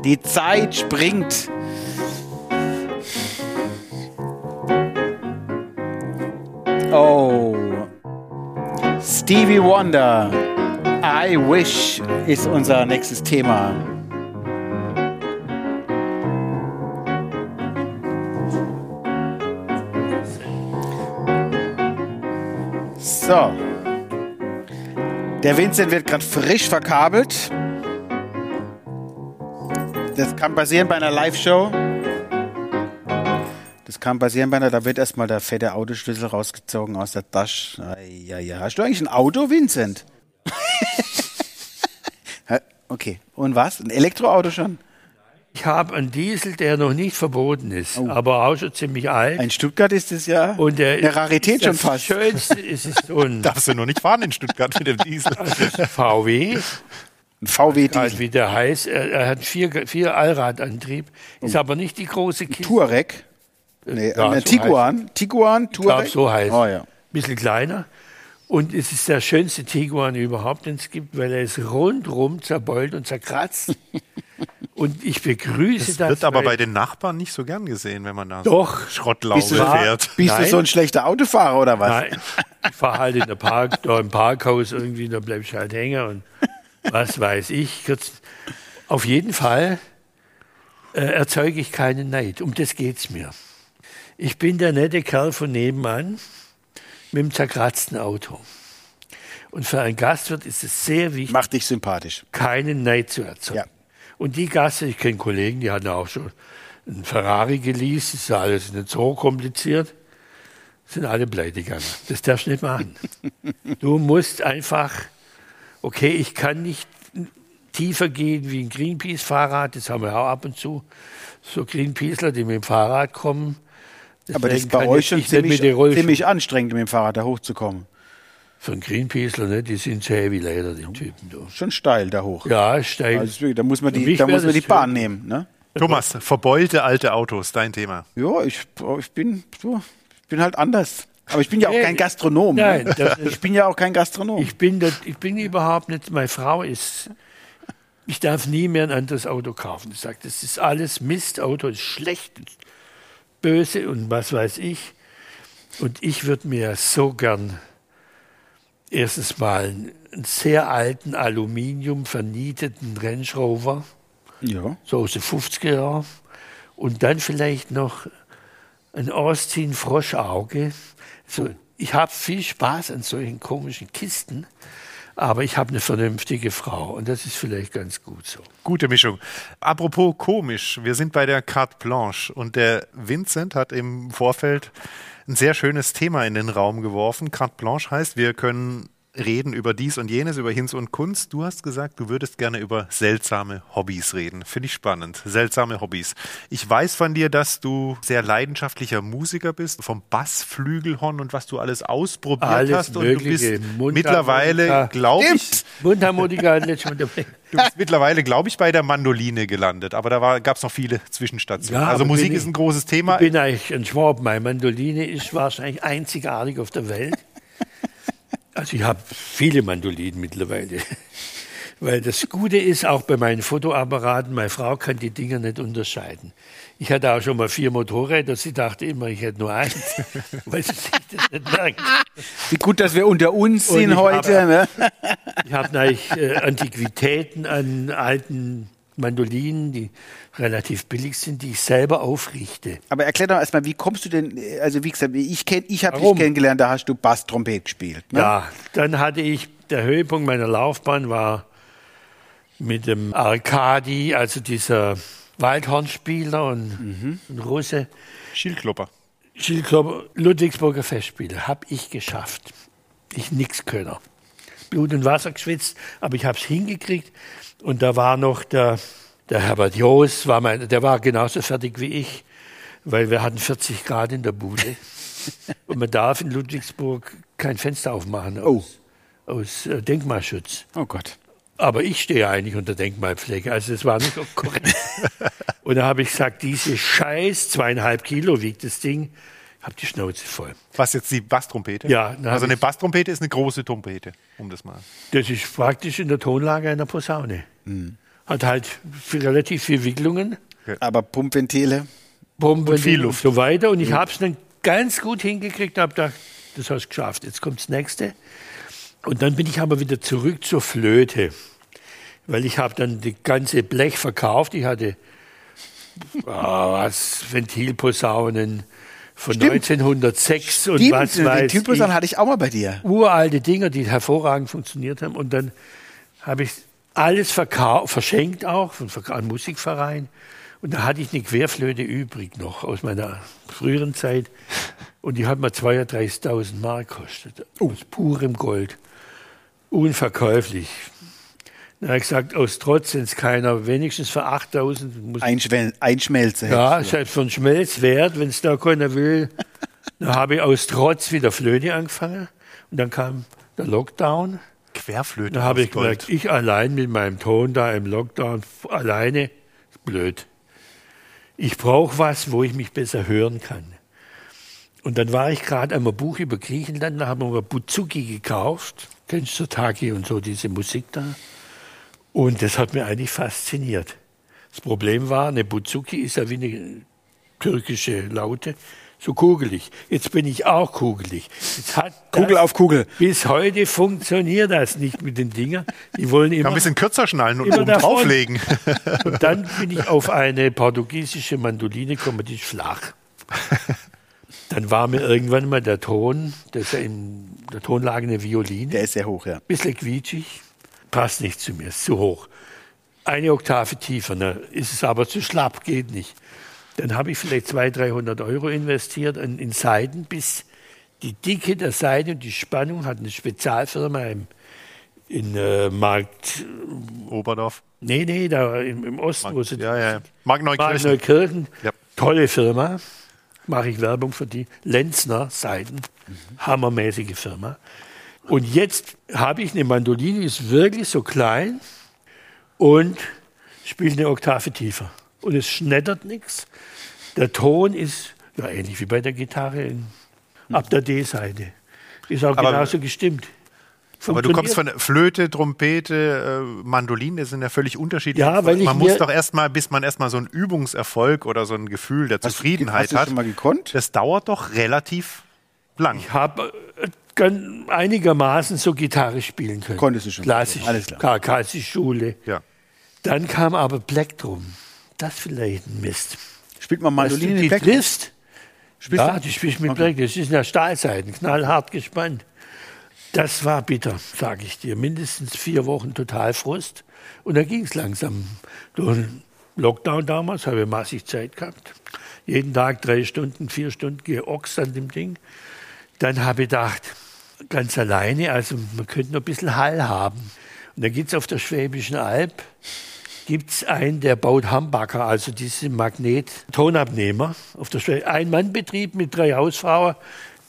[SPEAKER 2] Die Zeit springt. Oh. Stevie Wonder. I wish ist unser nächstes Thema. So. Der Vincent wird gerade frisch verkabelt. Das kann passieren bei einer Live-Show. Das kann passieren bei einer, da wird erstmal der fette Autoschlüssel rausgezogen aus der Tasche. Ei, Ja, ja. Hast du eigentlich ein Auto, Vincent? Hä? okay. Und was? Ein Elektroauto schon?
[SPEAKER 4] Ich habe einen Diesel, der noch nicht verboten ist, aber auch schon ziemlich alt.
[SPEAKER 2] In Stuttgart ist es ja
[SPEAKER 4] und der
[SPEAKER 2] Oh. eine Rarität
[SPEAKER 4] ist
[SPEAKER 2] schon
[SPEAKER 4] das
[SPEAKER 2] fast.
[SPEAKER 4] Schönste ist es so ein
[SPEAKER 3] Darfst du noch nicht fahren in Stuttgart mit dem Diesel.
[SPEAKER 4] VW,
[SPEAKER 2] Ein VW-Diesel.
[SPEAKER 4] also wie der heißt. Er, er hat vier, vier Allradantrieb,
[SPEAKER 2] Oh.
[SPEAKER 4] ist aber nicht die große Kiste.
[SPEAKER 2] Touareg. Nee,
[SPEAKER 4] Ja,
[SPEAKER 2] ein
[SPEAKER 4] so
[SPEAKER 2] Tiguan. Tiguan,
[SPEAKER 4] Ich glaube,
[SPEAKER 2] Touareg.
[SPEAKER 4] so heißt.
[SPEAKER 2] Oh, ja.
[SPEAKER 4] bisschen kleiner. Und es ist der schönste Tiguan überhaupt, den es gibt, weil er ist rundrum zerbeult und zerkratzt. und ich begrüße das.
[SPEAKER 3] Wird aber
[SPEAKER 4] weil-
[SPEAKER 3] bei den Nachbarn nicht so gern gesehen, wenn man da
[SPEAKER 4] Doch.
[SPEAKER 3] so Schrottlaube
[SPEAKER 2] Bist du,
[SPEAKER 3] fährt.
[SPEAKER 2] bist du
[SPEAKER 4] Nein.
[SPEAKER 2] so ein schlechter Autofahrer oder was?
[SPEAKER 4] Nein, ich fahre halt in der Park, da im Parkhaus irgendwie, da bleib ich halt hängen und was weiß ich. Kurz, auf jeden Fall äh, erzeuge ich keinen Neid. Um das geht's mir. Ich bin der nette Kerl von nebenan mit dem zerkratzten Auto. Und für einen Gastwirt ist es sehr wichtig,
[SPEAKER 2] Mach dich sympathisch.
[SPEAKER 4] keinen Neid zu erzeugen.
[SPEAKER 2] Ja.
[SPEAKER 4] Und die Gasse, ich kenne Kollegen, die hatten auch schon einen Ferrari geleast, ist ja alles nicht so kompliziert, sind alle pleite gegangen. Das darfst du nicht machen. du musst einfach, okay, ich kann nicht tiefer gehen wie ein Greenpeace-Fahrrad, das haben wir auch ab und zu, so Greenpeaceler, die mit dem Fahrrad kommen.
[SPEAKER 2] Aber das
[SPEAKER 4] Deswegen
[SPEAKER 2] ist bei
[SPEAKER 4] kann
[SPEAKER 2] euch
[SPEAKER 4] ich
[SPEAKER 2] schon
[SPEAKER 4] nicht mit
[SPEAKER 2] ziemlich,
[SPEAKER 4] den Rollschuhen-
[SPEAKER 2] ziemlich anstrengend, mit dem Fahrrad da hochzukommen.
[SPEAKER 4] Für einen Greenpeaceler, ne, die sind so heavy leider, die Typen. Du.
[SPEAKER 2] Schon steil da hoch.
[SPEAKER 4] Ja, steil.
[SPEAKER 2] Also wirklich, da muss man
[SPEAKER 4] Für
[SPEAKER 2] die,
[SPEAKER 4] mich
[SPEAKER 2] da
[SPEAKER 4] wär
[SPEAKER 2] muss man
[SPEAKER 4] das
[SPEAKER 2] die Bahn nehmen. Ne?
[SPEAKER 3] Thomas, verbeulte alte Autos, dein Thema.
[SPEAKER 2] Ja, ich, ich, bin, so, ich bin halt anders. Aber ich bin ja auch
[SPEAKER 4] Nee,
[SPEAKER 2] kein Gastronom.
[SPEAKER 4] nein,
[SPEAKER 2] ne?
[SPEAKER 4] das ist-
[SPEAKER 2] Ich bin ja auch kein Gastronom.
[SPEAKER 4] Ich bin, das, ich bin überhaupt nicht, meine Frau ist, ich darf nie mehr ein anderes Auto kaufen. Sie sagt, das ist alles Mist, Auto ist schlecht, und böse und was weiß ich. Und ich würde mir so gern erstens mal einen, einen sehr alten, aluminium vernieteten Range Rover,
[SPEAKER 2] ja.
[SPEAKER 4] so aus den 50er Jahren, und dann vielleicht noch ein Austin Froschauge. So, ich habe viel Spaß an solchen komischen Kisten, aber ich habe eine vernünftige Frau und das ist vielleicht ganz gut so.
[SPEAKER 3] Gute Mischung. Apropos komisch, wir sind bei der Carte Blanche und der Vincent hat im Vorfeld ein sehr schönes Thema in den Raum geworfen. Carte Blanche heißt, wir können reden über dies und jenes, über Hinz und Kunst. Du hast gesagt, du würdest gerne über seltsame Hobbys reden. Finde ich spannend. Seltsame Hobbys. Ich weiß von dir, dass du sehr leidenschaftlicher Musiker bist, vom Bassflügelhorn und was du alles ausprobiert
[SPEAKER 4] Alles
[SPEAKER 3] hast.
[SPEAKER 4] Mögliche.
[SPEAKER 3] Und du bist
[SPEAKER 4] Mundharmonika.
[SPEAKER 3] mittlerweile, glaube ich,
[SPEAKER 4] Mundharmonika hat letztes Mal dabei.
[SPEAKER 3] Du bist mittlerweile, glaube ich, bei der Mandoline gelandet, aber da gab es noch viele Zwischenstationen.
[SPEAKER 4] Ja,
[SPEAKER 3] also
[SPEAKER 4] aber
[SPEAKER 3] Musik
[SPEAKER 4] bin
[SPEAKER 3] ist
[SPEAKER 4] ich-
[SPEAKER 3] ein großes Thema.
[SPEAKER 4] Ich bin eigentlich ein Schwab. Meine Mandoline ist wahrscheinlich einzigartig auf der Welt. Also ich habe viele Mandolinen mittlerweile. Weil das Gute ist, auch bei meinen Fotoapparaten, meine Frau kann die Dinger nicht unterscheiden. Ich hatte auch schon mal vier Motorräder, sie dachte immer, ich hätte nur eins, weil sie sich das nicht merkt.
[SPEAKER 2] Wie gut, dass wir unter uns
[SPEAKER 4] Und
[SPEAKER 2] sind
[SPEAKER 4] ich
[SPEAKER 2] heute.
[SPEAKER 4] habe-
[SPEAKER 2] Ne?
[SPEAKER 4] Ich habe eigentlich äh, Antiquitäten an alten Mandolinen, die relativ billig sind, die ich selber aufrichte.
[SPEAKER 2] Aber erklär doch erstmal, wie kommst du denn, äh, also wie gesagt, ich, kenn- ich habe dich
[SPEAKER 4] Warum?
[SPEAKER 2] kennengelernt, da hast du Bass-Trompet gespielt. Ne?
[SPEAKER 4] Ja, dann hatte ich, der Höhepunkt meiner Laufbahn war mit dem Arkadi, also dieser Waldhornspieler und ein Russe,
[SPEAKER 3] Schildklopper.
[SPEAKER 4] Schildklopper, Ludwigsburger Festspiele, habe ich geschafft. Ich nix Könner. Blut und Wasser geschwitzt, aber ich habe es hingekriegt. Und da war noch der, der Herbert Joos, war mein, der war genauso fertig wie ich, weil wir hatten 40 Grad in der Bude. und man darf in Ludwigsburg kein Fenster aufmachen aus, aus äh, Denkmalschutz.
[SPEAKER 2] Oh Gott.
[SPEAKER 4] Aber ich stehe eigentlich unter Denkmalpflege, also es war nicht korrekt. und da habe ich gesagt, diese Scheiß, zweieinhalb Kilo wiegt das Ding, habe die Schnauze voll.
[SPEAKER 3] Was jetzt die Basstrompete?
[SPEAKER 4] Ja, na,
[SPEAKER 3] also eine
[SPEAKER 4] ich-
[SPEAKER 3] Basstrompete ist eine große Trompete, um das mal.
[SPEAKER 4] Das ist praktisch in der Tonlage einer Posaune. Hat halt viel- relativ viel Wicklungen,
[SPEAKER 2] Aber Pumpventile.
[SPEAKER 4] Bomben und
[SPEAKER 3] viel Luft.
[SPEAKER 4] so weiter. Und ich habe es dann ganz gut hingekriegt, habe gedacht, das hast du geschafft, jetzt kommt das Nächste. Und dann bin ich aber wieder zurück zur Flöte, weil ich habe dann die ganze Blech verkauft. Ich hatte ah, was, Ventilposaunen von 1906 und
[SPEAKER 2] Die,
[SPEAKER 4] was
[SPEAKER 2] den
[SPEAKER 4] weiß
[SPEAKER 2] Typus
[SPEAKER 4] ich
[SPEAKER 2] an hatte ich auch mal bei dir.
[SPEAKER 4] uralte Dinger, die hervorragend funktioniert haben. Und dann habe ich alles verkau- verschenkt auch von Verka- an Musikverein. Und da hatte ich eine Querflöte übrig noch aus meiner früheren Zeit. Und die hat mir 32.000 Mark gekostet. Aus purem Gold. Unverkäuflich. Dann habe ich gesagt, aus Trotz, wenn es keiner wenigstens für 8.000 muss
[SPEAKER 2] Einschwel Einschmelze.
[SPEAKER 4] ja, ist halt von Schmelz wert, wenn es da keiner will. Dann habe ich aus Trotz wieder Flöte angefangen und dann kam der Lockdown.
[SPEAKER 3] Querflöte.
[SPEAKER 4] Da habe
[SPEAKER 3] aus
[SPEAKER 4] ich
[SPEAKER 3] Gold.
[SPEAKER 4] gemerkt, ich allein mit meinem Ton da im Lockdown, f- alleine, ist blöd. Ich brauche was, wo ich mich besser hören kann. Und dann war ich gerade einmal Buch über Griechenland, da haben wir Buzuki gekauft. Kennst du Taki und so, diese Musik da? Und das hat mir eigentlich fasziniert. Das Problem war, eine Buzuki ist ja wie eine türkische Laute, so kugelig. Jetzt bin ich auch kugelig. Jetzt hat das-
[SPEAKER 2] Kugel auf Kugel.
[SPEAKER 4] bis heute funktioniert das nicht mit den Dingern. Die wollen
[SPEAKER 3] Kann ein
[SPEAKER 4] immer.
[SPEAKER 3] bisschen kürzer schnallen und
[SPEAKER 4] Immer
[SPEAKER 3] oben
[SPEAKER 4] davon.
[SPEAKER 3] drauflegen.
[SPEAKER 4] Und dann bin ich auf eine portugiesische Mandoline gekommen, die ist flach. Dann war mir irgendwann mal der Ton, das ist ja in der Tonlage eine Violine,
[SPEAKER 2] Der ist sehr hoch, ja.
[SPEAKER 4] bisschen quietschig, passt nicht zu mir, ist zu hoch. Eine Oktave tiefer, ne? ist es aber zu schlapp, geht nicht. Dann habe ich vielleicht 200, 300 Euro investiert in, in Seiten, bis die Dicke der Seite und die Spannung hat eine Spezialfirma im, in äh, Markt,
[SPEAKER 3] Oberdorf.
[SPEAKER 4] nee, nee, da im, im Osten, wo sie
[SPEAKER 3] Ja, ja. Mark
[SPEAKER 4] Markt
[SPEAKER 3] Neukirchen.
[SPEAKER 4] Neukirchen,
[SPEAKER 3] Ja.
[SPEAKER 4] tolle Firma, mache ich Werbung für die Lenzner Seiten,
[SPEAKER 3] Mhm.
[SPEAKER 4] hammermäßige Firma. Und jetzt habe ich eine Mandoline, die ist wirklich so klein und spielt eine Oktave tiefer. Und es schnettert nichts. Der Ton ist ja, ähnlich wie bei der Gitarre in, ab der D-Seite. Ist auch
[SPEAKER 3] Aber-
[SPEAKER 4] genauso gestimmt.
[SPEAKER 3] Aber du kommst
[SPEAKER 4] Funktioniert.
[SPEAKER 3] von Flöte, Trompete, äh, Mandoline, das sind ja völlig unterschiedliche.
[SPEAKER 4] Ja, weil ich
[SPEAKER 3] man
[SPEAKER 4] mir-
[SPEAKER 3] muss doch erstmal, bis man erstmal so einen Übungserfolg oder so ein Gefühl der Zufriedenheit
[SPEAKER 2] hast du
[SPEAKER 3] hat.
[SPEAKER 2] schon mal gekonnt?
[SPEAKER 3] Das dauert doch relativ lang.
[SPEAKER 4] habe äh, einigermaßen so Gitarre spielen können.
[SPEAKER 2] Konntest du schon.
[SPEAKER 4] Klassisch,
[SPEAKER 2] Alles klar.
[SPEAKER 4] KKC-Schule.
[SPEAKER 3] Ja.
[SPEAKER 4] Dann kam aber Plektrum. Das vielleicht ein Mist.
[SPEAKER 2] Spielt man Mandoline
[SPEAKER 4] Dass du
[SPEAKER 2] in
[SPEAKER 4] die
[SPEAKER 2] Black?
[SPEAKER 4] triffst.
[SPEAKER 2] Spielst
[SPEAKER 4] Ja,
[SPEAKER 2] du-
[SPEAKER 4] die spielst mit Plektrum. Das ist in der Stahlseiten, knallhart gespannt. Das war bitter, sage ich dir. Mindestens vier Wochen Totalfrust. Und dann ging es langsam. Durch den Lockdown damals habe ich massig Zeit gehabt. Jeden Tag drei Stunden, vier Stunden geoxt an dem Ding. Dann habe ich gedacht, ganz alleine, also man könnte noch ein bisschen Hall haben. Und dann gibt es auf der Schwäbischen Alb gibt's einen, der baut Hambacker, also diese Magnet-Tonabnehmer. Auf der Schwäbischen Ein Mannbetrieb mit drei Hausfrauen,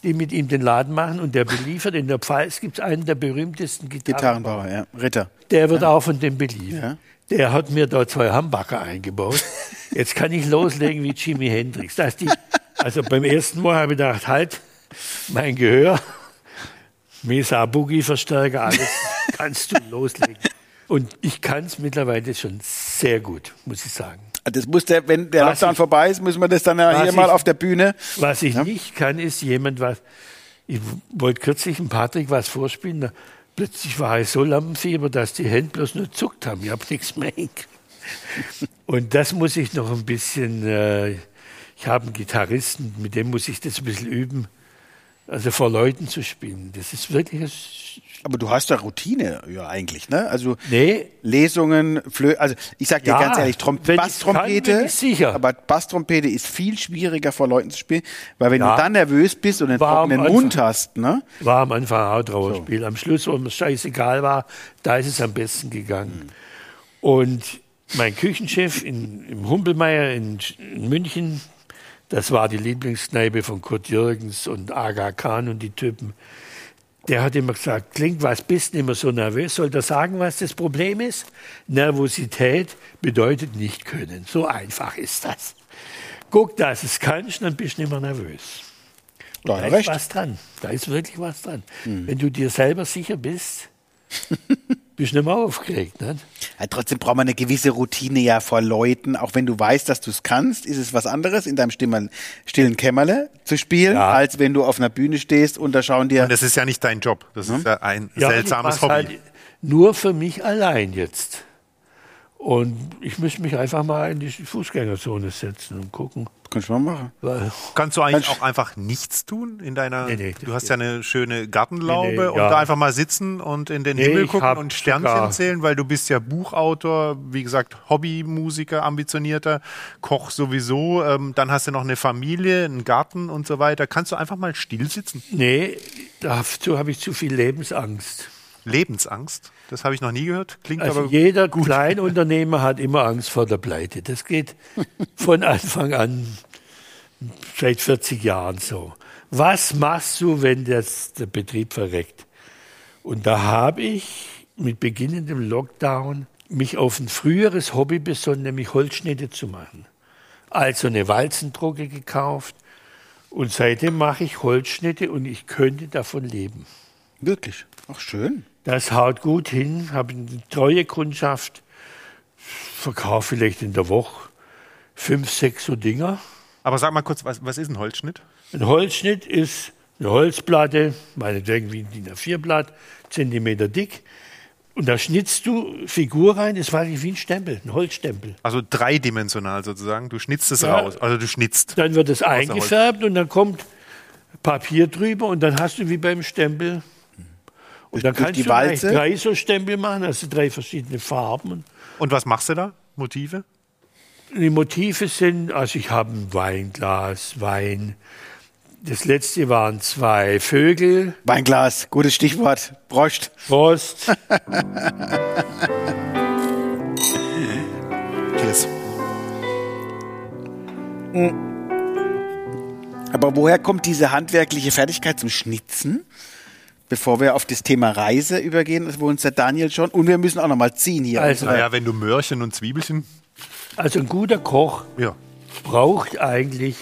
[SPEAKER 4] die mit ihm den Laden machen und der beliefert. In der Pfalz gibt es einen der berühmtesten Gitarren.
[SPEAKER 2] Gitarrenbauer, ja. Ritter.
[SPEAKER 4] Der wird auch von dem beliefert.
[SPEAKER 2] Ja.
[SPEAKER 4] Der hat mir da zwei Hambacker eingebaut. Jetzt kann ich loslegen wie Jimi Hendrix. Das die, also beim ersten Mal habe ich gedacht, halt, mein Gehör, Mesa Boogie Verstärker, alles kannst du loslegen. Und ich kann es mittlerweile schon sehr gut, muss ich sagen.
[SPEAKER 2] Das muss der, wenn der
[SPEAKER 4] Was
[SPEAKER 2] Lockdown
[SPEAKER 4] ich-
[SPEAKER 2] vorbei ist, müssen wir das dann ja
[SPEAKER 4] Was
[SPEAKER 2] hier mal
[SPEAKER 4] ich-
[SPEAKER 2] auf der Bühne.
[SPEAKER 4] Was ich nicht kann, ist jemand, was. Ich wollte kürzlich dem Patrick was vorspielen. Da plötzlich war ich so Lampenfieber, dass die Hände bloß nur zuckt haben. Ich habe nichts mehr hingekriegt. Und das muss ich noch ein bisschen. Äh, ich habe einen Gitarristen, mit dem muss ich das ein bisschen üben. Also vor Leuten zu spielen. Das ist wirklich. ein-
[SPEAKER 2] Aber du hast da Routine, ja, eigentlich, ne? Also,
[SPEAKER 4] Nee,
[SPEAKER 2] Lesungen, Flö also ich sag dir
[SPEAKER 4] Ja,
[SPEAKER 2] ganz ehrlich, Trom
[SPEAKER 4] wenn ich's
[SPEAKER 2] Basstrompete,
[SPEAKER 4] kann, bin ich sicher.
[SPEAKER 2] aber Basstrompete ist viel schwieriger vor Leuten zu spielen, weil wenn
[SPEAKER 4] Ja. also
[SPEAKER 2] du dann nervös bist und einen
[SPEAKER 4] War am
[SPEAKER 2] trockenen
[SPEAKER 4] Anfang.
[SPEAKER 2] Mund hast, ne?
[SPEAKER 4] War am Anfang auch Trauerspiel. Am Schluss, wo mir scheißegal war, da ist es am besten gegangen. Und mein Küchenchef in, im Humpelmeier in, Sch- in München, das war die Lieblingskneipe von Kurt Jürgens und Aga Khan und die Typen. Der hat immer gesagt, klingt, was bist du immer so nervös? Soll das sagen, was das Problem ist? Nervosität bedeutet nicht können. So einfach ist das. Guck, dass es kannst, dann bist du nicht mehr nervös.
[SPEAKER 2] Da
[SPEAKER 4] Da
[SPEAKER 2] hat er
[SPEAKER 4] ist
[SPEAKER 2] recht.
[SPEAKER 4] was dran. Da ist wirklich was dran. Wenn du dir selber sicher bist, bist du nicht mehr aufgeregt. Ne?
[SPEAKER 2] Ja, trotzdem braucht man eine gewisse Routine ja vor Leuten, auch wenn du weißt, dass du es kannst, ist es was anderes in deinem Stimmen, stillen Kämmerle zu spielen,
[SPEAKER 4] Ja.
[SPEAKER 2] als wenn du auf einer Bühne stehst und da schauen dir
[SPEAKER 3] Und das ist ja nicht dein Job. Das ist ja ein
[SPEAKER 4] Ja,
[SPEAKER 3] seltsames
[SPEAKER 4] ich
[SPEAKER 3] Hobby.
[SPEAKER 4] mach's halt nur für mich allein jetzt. Und ich müsste mich einfach mal in die Fußgängerzone setzen und gucken.
[SPEAKER 2] kannst du mal machen.
[SPEAKER 4] Weil,
[SPEAKER 3] Kannst du eigentlich auch einfach nichts tun in deiner.
[SPEAKER 4] Nee, nee,
[SPEAKER 3] du hast ja eine schöne Gartenlaube
[SPEAKER 4] Nee, nee,
[SPEAKER 3] und
[SPEAKER 4] ja.
[SPEAKER 3] da einfach mal sitzen und in den
[SPEAKER 4] Nee,
[SPEAKER 3] Himmel
[SPEAKER 4] ich
[SPEAKER 3] gucken
[SPEAKER 4] hab
[SPEAKER 3] und Sternchen
[SPEAKER 4] sogar-
[SPEAKER 3] zählen, weil du bist ja Buchautor, wie gesagt, Hobbymusiker, ambitionierter, Koch sowieso. Ähm, dann hast du noch eine Familie, einen Garten und so weiter. Kannst du einfach mal still sitzen?
[SPEAKER 4] nee, dazu habe ich zu viel Lebensangst.
[SPEAKER 3] Lebensangst? Das habe ich noch nie gehört. Klingt
[SPEAKER 4] Also
[SPEAKER 3] aber.
[SPEAKER 4] jeder Kleinunternehmer hat immer Angst vor der Pleite. Das geht von Anfang an, seit 40 Jahren so. Was machst du, wenn das, der Betrieb verreckt? Und da habe ich mit beginnendem Lockdown mich auf ein früheres Hobby besonnen, nämlich Holzschnitte zu machen. Also eine Walzendrucke gekauft und seitdem mache ich Holzschnitte und ich könnte davon leben.
[SPEAKER 2] Wirklich. Ach schön.
[SPEAKER 4] Das haut gut hin, habe eine treue Kundschaft, verkaufe vielleicht in der Woche fünf, sechs so Dinger.
[SPEAKER 3] Aber sag mal kurz, was, was ist ein Holzschnitt?
[SPEAKER 4] Ein Holzschnitt ist eine Holzplatte, meinetwegen wie ein DIN A4-Blatt, Zentimeter dick. Und da schnitzt du Figur rein, das war wie ein Stempel, ein Holzstempel.
[SPEAKER 3] Also dreidimensional sozusagen. Du schnitzt es
[SPEAKER 4] Ja.
[SPEAKER 3] raus. Also du schnitzt.
[SPEAKER 4] Dann wird es
[SPEAKER 3] Holz.
[SPEAKER 4] eingefärbt und dann kommt Papier drüber und dann hast du wie beim Stempel. Und dann
[SPEAKER 2] durch
[SPEAKER 4] kannst
[SPEAKER 2] die
[SPEAKER 4] du gleich
[SPEAKER 2] Walze?
[SPEAKER 4] drei so Stempel machen, also drei verschiedene Farben.
[SPEAKER 3] Und was machst du da? Motive?
[SPEAKER 4] Die Motive sind, also ich habe ein Weinglas, Wein. Das letzte waren zwei Vögel,
[SPEAKER 2] Weinglas, gutes Stichwort. Broscht.
[SPEAKER 4] Frost.
[SPEAKER 3] Cheers.
[SPEAKER 2] Aber woher kommt diese handwerkliche Fertigkeit zum Schnitzen? Bevor wir auf das Thema Reise übergehen, wo uns der Daniel schon. Und wir müssen auch nochmal ziehen hier.
[SPEAKER 4] Also,
[SPEAKER 3] Naja, wenn du Möhrchen und Zwiebelchen.
[SPEAKER 4] also ein guter Koch
[SPEAKER 3] Ja.
[SPEAKER 4] braucht eigentlich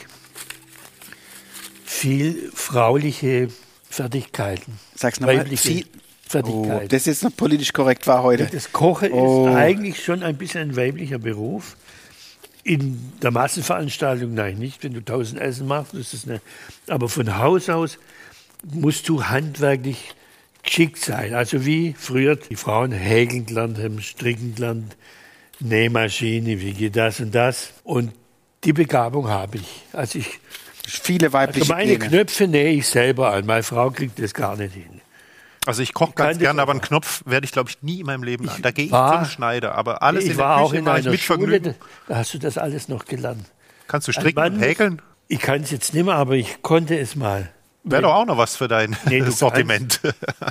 [SPEAKER 4] viel frauliche Fertigkeiten.
[SPEAKER 2] Sag's nochmal,
[SPEAKER 4] weibliche
[SPEAKER 2] viel- oh,
[SPEAKER 4] Fertigkeiten.
[SPEAKER 2] das jetzt noch politisch korrekt war heute.
[SPEAKER 4] Das Kochen
[SPEAKER 2] Oh.
[SPEAKER 4] ist eigentlich schon ein bisschen ein weiblicher Beruf. In der Massenveranstaltung nein, nicht. Wenn du tausend Essen machst, ist es eine. Aber von Haus aus musst du handwerklich geschickt sein. Also wie früher die Frauen häkeln gelernt haben, stricken gelernt, Nähmaschine, wie geht das und das. Und die Begabung habe ich. Also ich
[SPEAKER 2] Viele weibliche
[SPEAKER 4] also meine
[SPEAKER 2] Gene.
[SPEAKER 4] Knöpfe nähe ich selber an. Meine Frau kriegt das gar nicht hin.
[SPEAKER 3] Also ich koche
[SPEAKER 4] kann
[SPEAKER 3] ganz
[SPEAKER 4] das
[SPEAKER 3] gern,
[SPEAKER 4] auch
[SPEAKER 3] aber einen Knopf werde ich, glaube ich, nie in meinem Leben an. Da gehe ich
[SPEAKER 4] war-
[SPEAKER 3] zum Schneider, aber alles
[SPEAKER 4] ich
[SPEAKER 3] in der
[SPEAKER 4] war
[SPEAKER 3] Küche
[SPEAKER 4] auch in
[SPEAKER 3] mache ich
[SPEAKER 4] einer
[SPEAKER 3] mit
[SPEAKER 4] Schule,
[SPEAKER 3] Vergnügen.
[SPEAKER 4] da da hast du das alles noch gelernt.
[SPEAKER 3] Kannst du
[SPEAKER 4] Ein
[SPEAKER 3] stricken
[SPEAKER 4] Mann
[SPEAKER 3] und
[SPEAKER 4] muss-
[SPEAKER 3] häkeln?
[SPEAKER 4] Ich kann es jetzt nicht mehr, aber ich konnte es mal.
[SPEAKER 3] Wäre doch auch noch was für dein
[SPEAKER 4] Nee, du
[SPEAKER 3] Sortiment.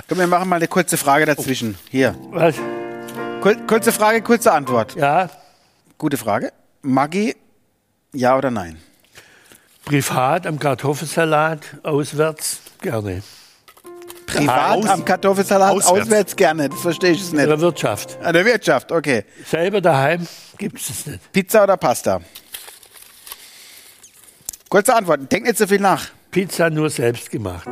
[SPEAKER 2] Komm, wir machen mal eine kurze Frage dazwischen. Hier.
[SPEAKER 4] Was?
[SPEAKER 2] Kur kurze Frage, kurze Antwort.
[SPEAKER 4] Ja,
[SPEAKER 2] Gute Frage. Maggi, ja oder nein?
[SPEAKER 4] privat am Kartoffelsalat, auswärts, gerne.
[SPEAKER 2] Privat
[SPEAKER 3] aus-
[SPEAKER 2] am Kartoffelsalat auswärts.
[SPEAKER 3] auswärts.
[SPEAKER 2] gerne. Das verstehe ich es
[SPEAKER 4] In
[SPEAKER 2] nicht.
[SPEAKER 4] der Wirtschaft.
[SPEAKER 2] An der Wirtschaft, okay.
[SPEAKER 4] Selber daheim gibt es das nicht.
[SPEAKER 2] Pizza oder Pasta? Kurze Antwort. Denk nicht so viel nach.
[SPEAKER 4] Pizza nur selbst gemacht.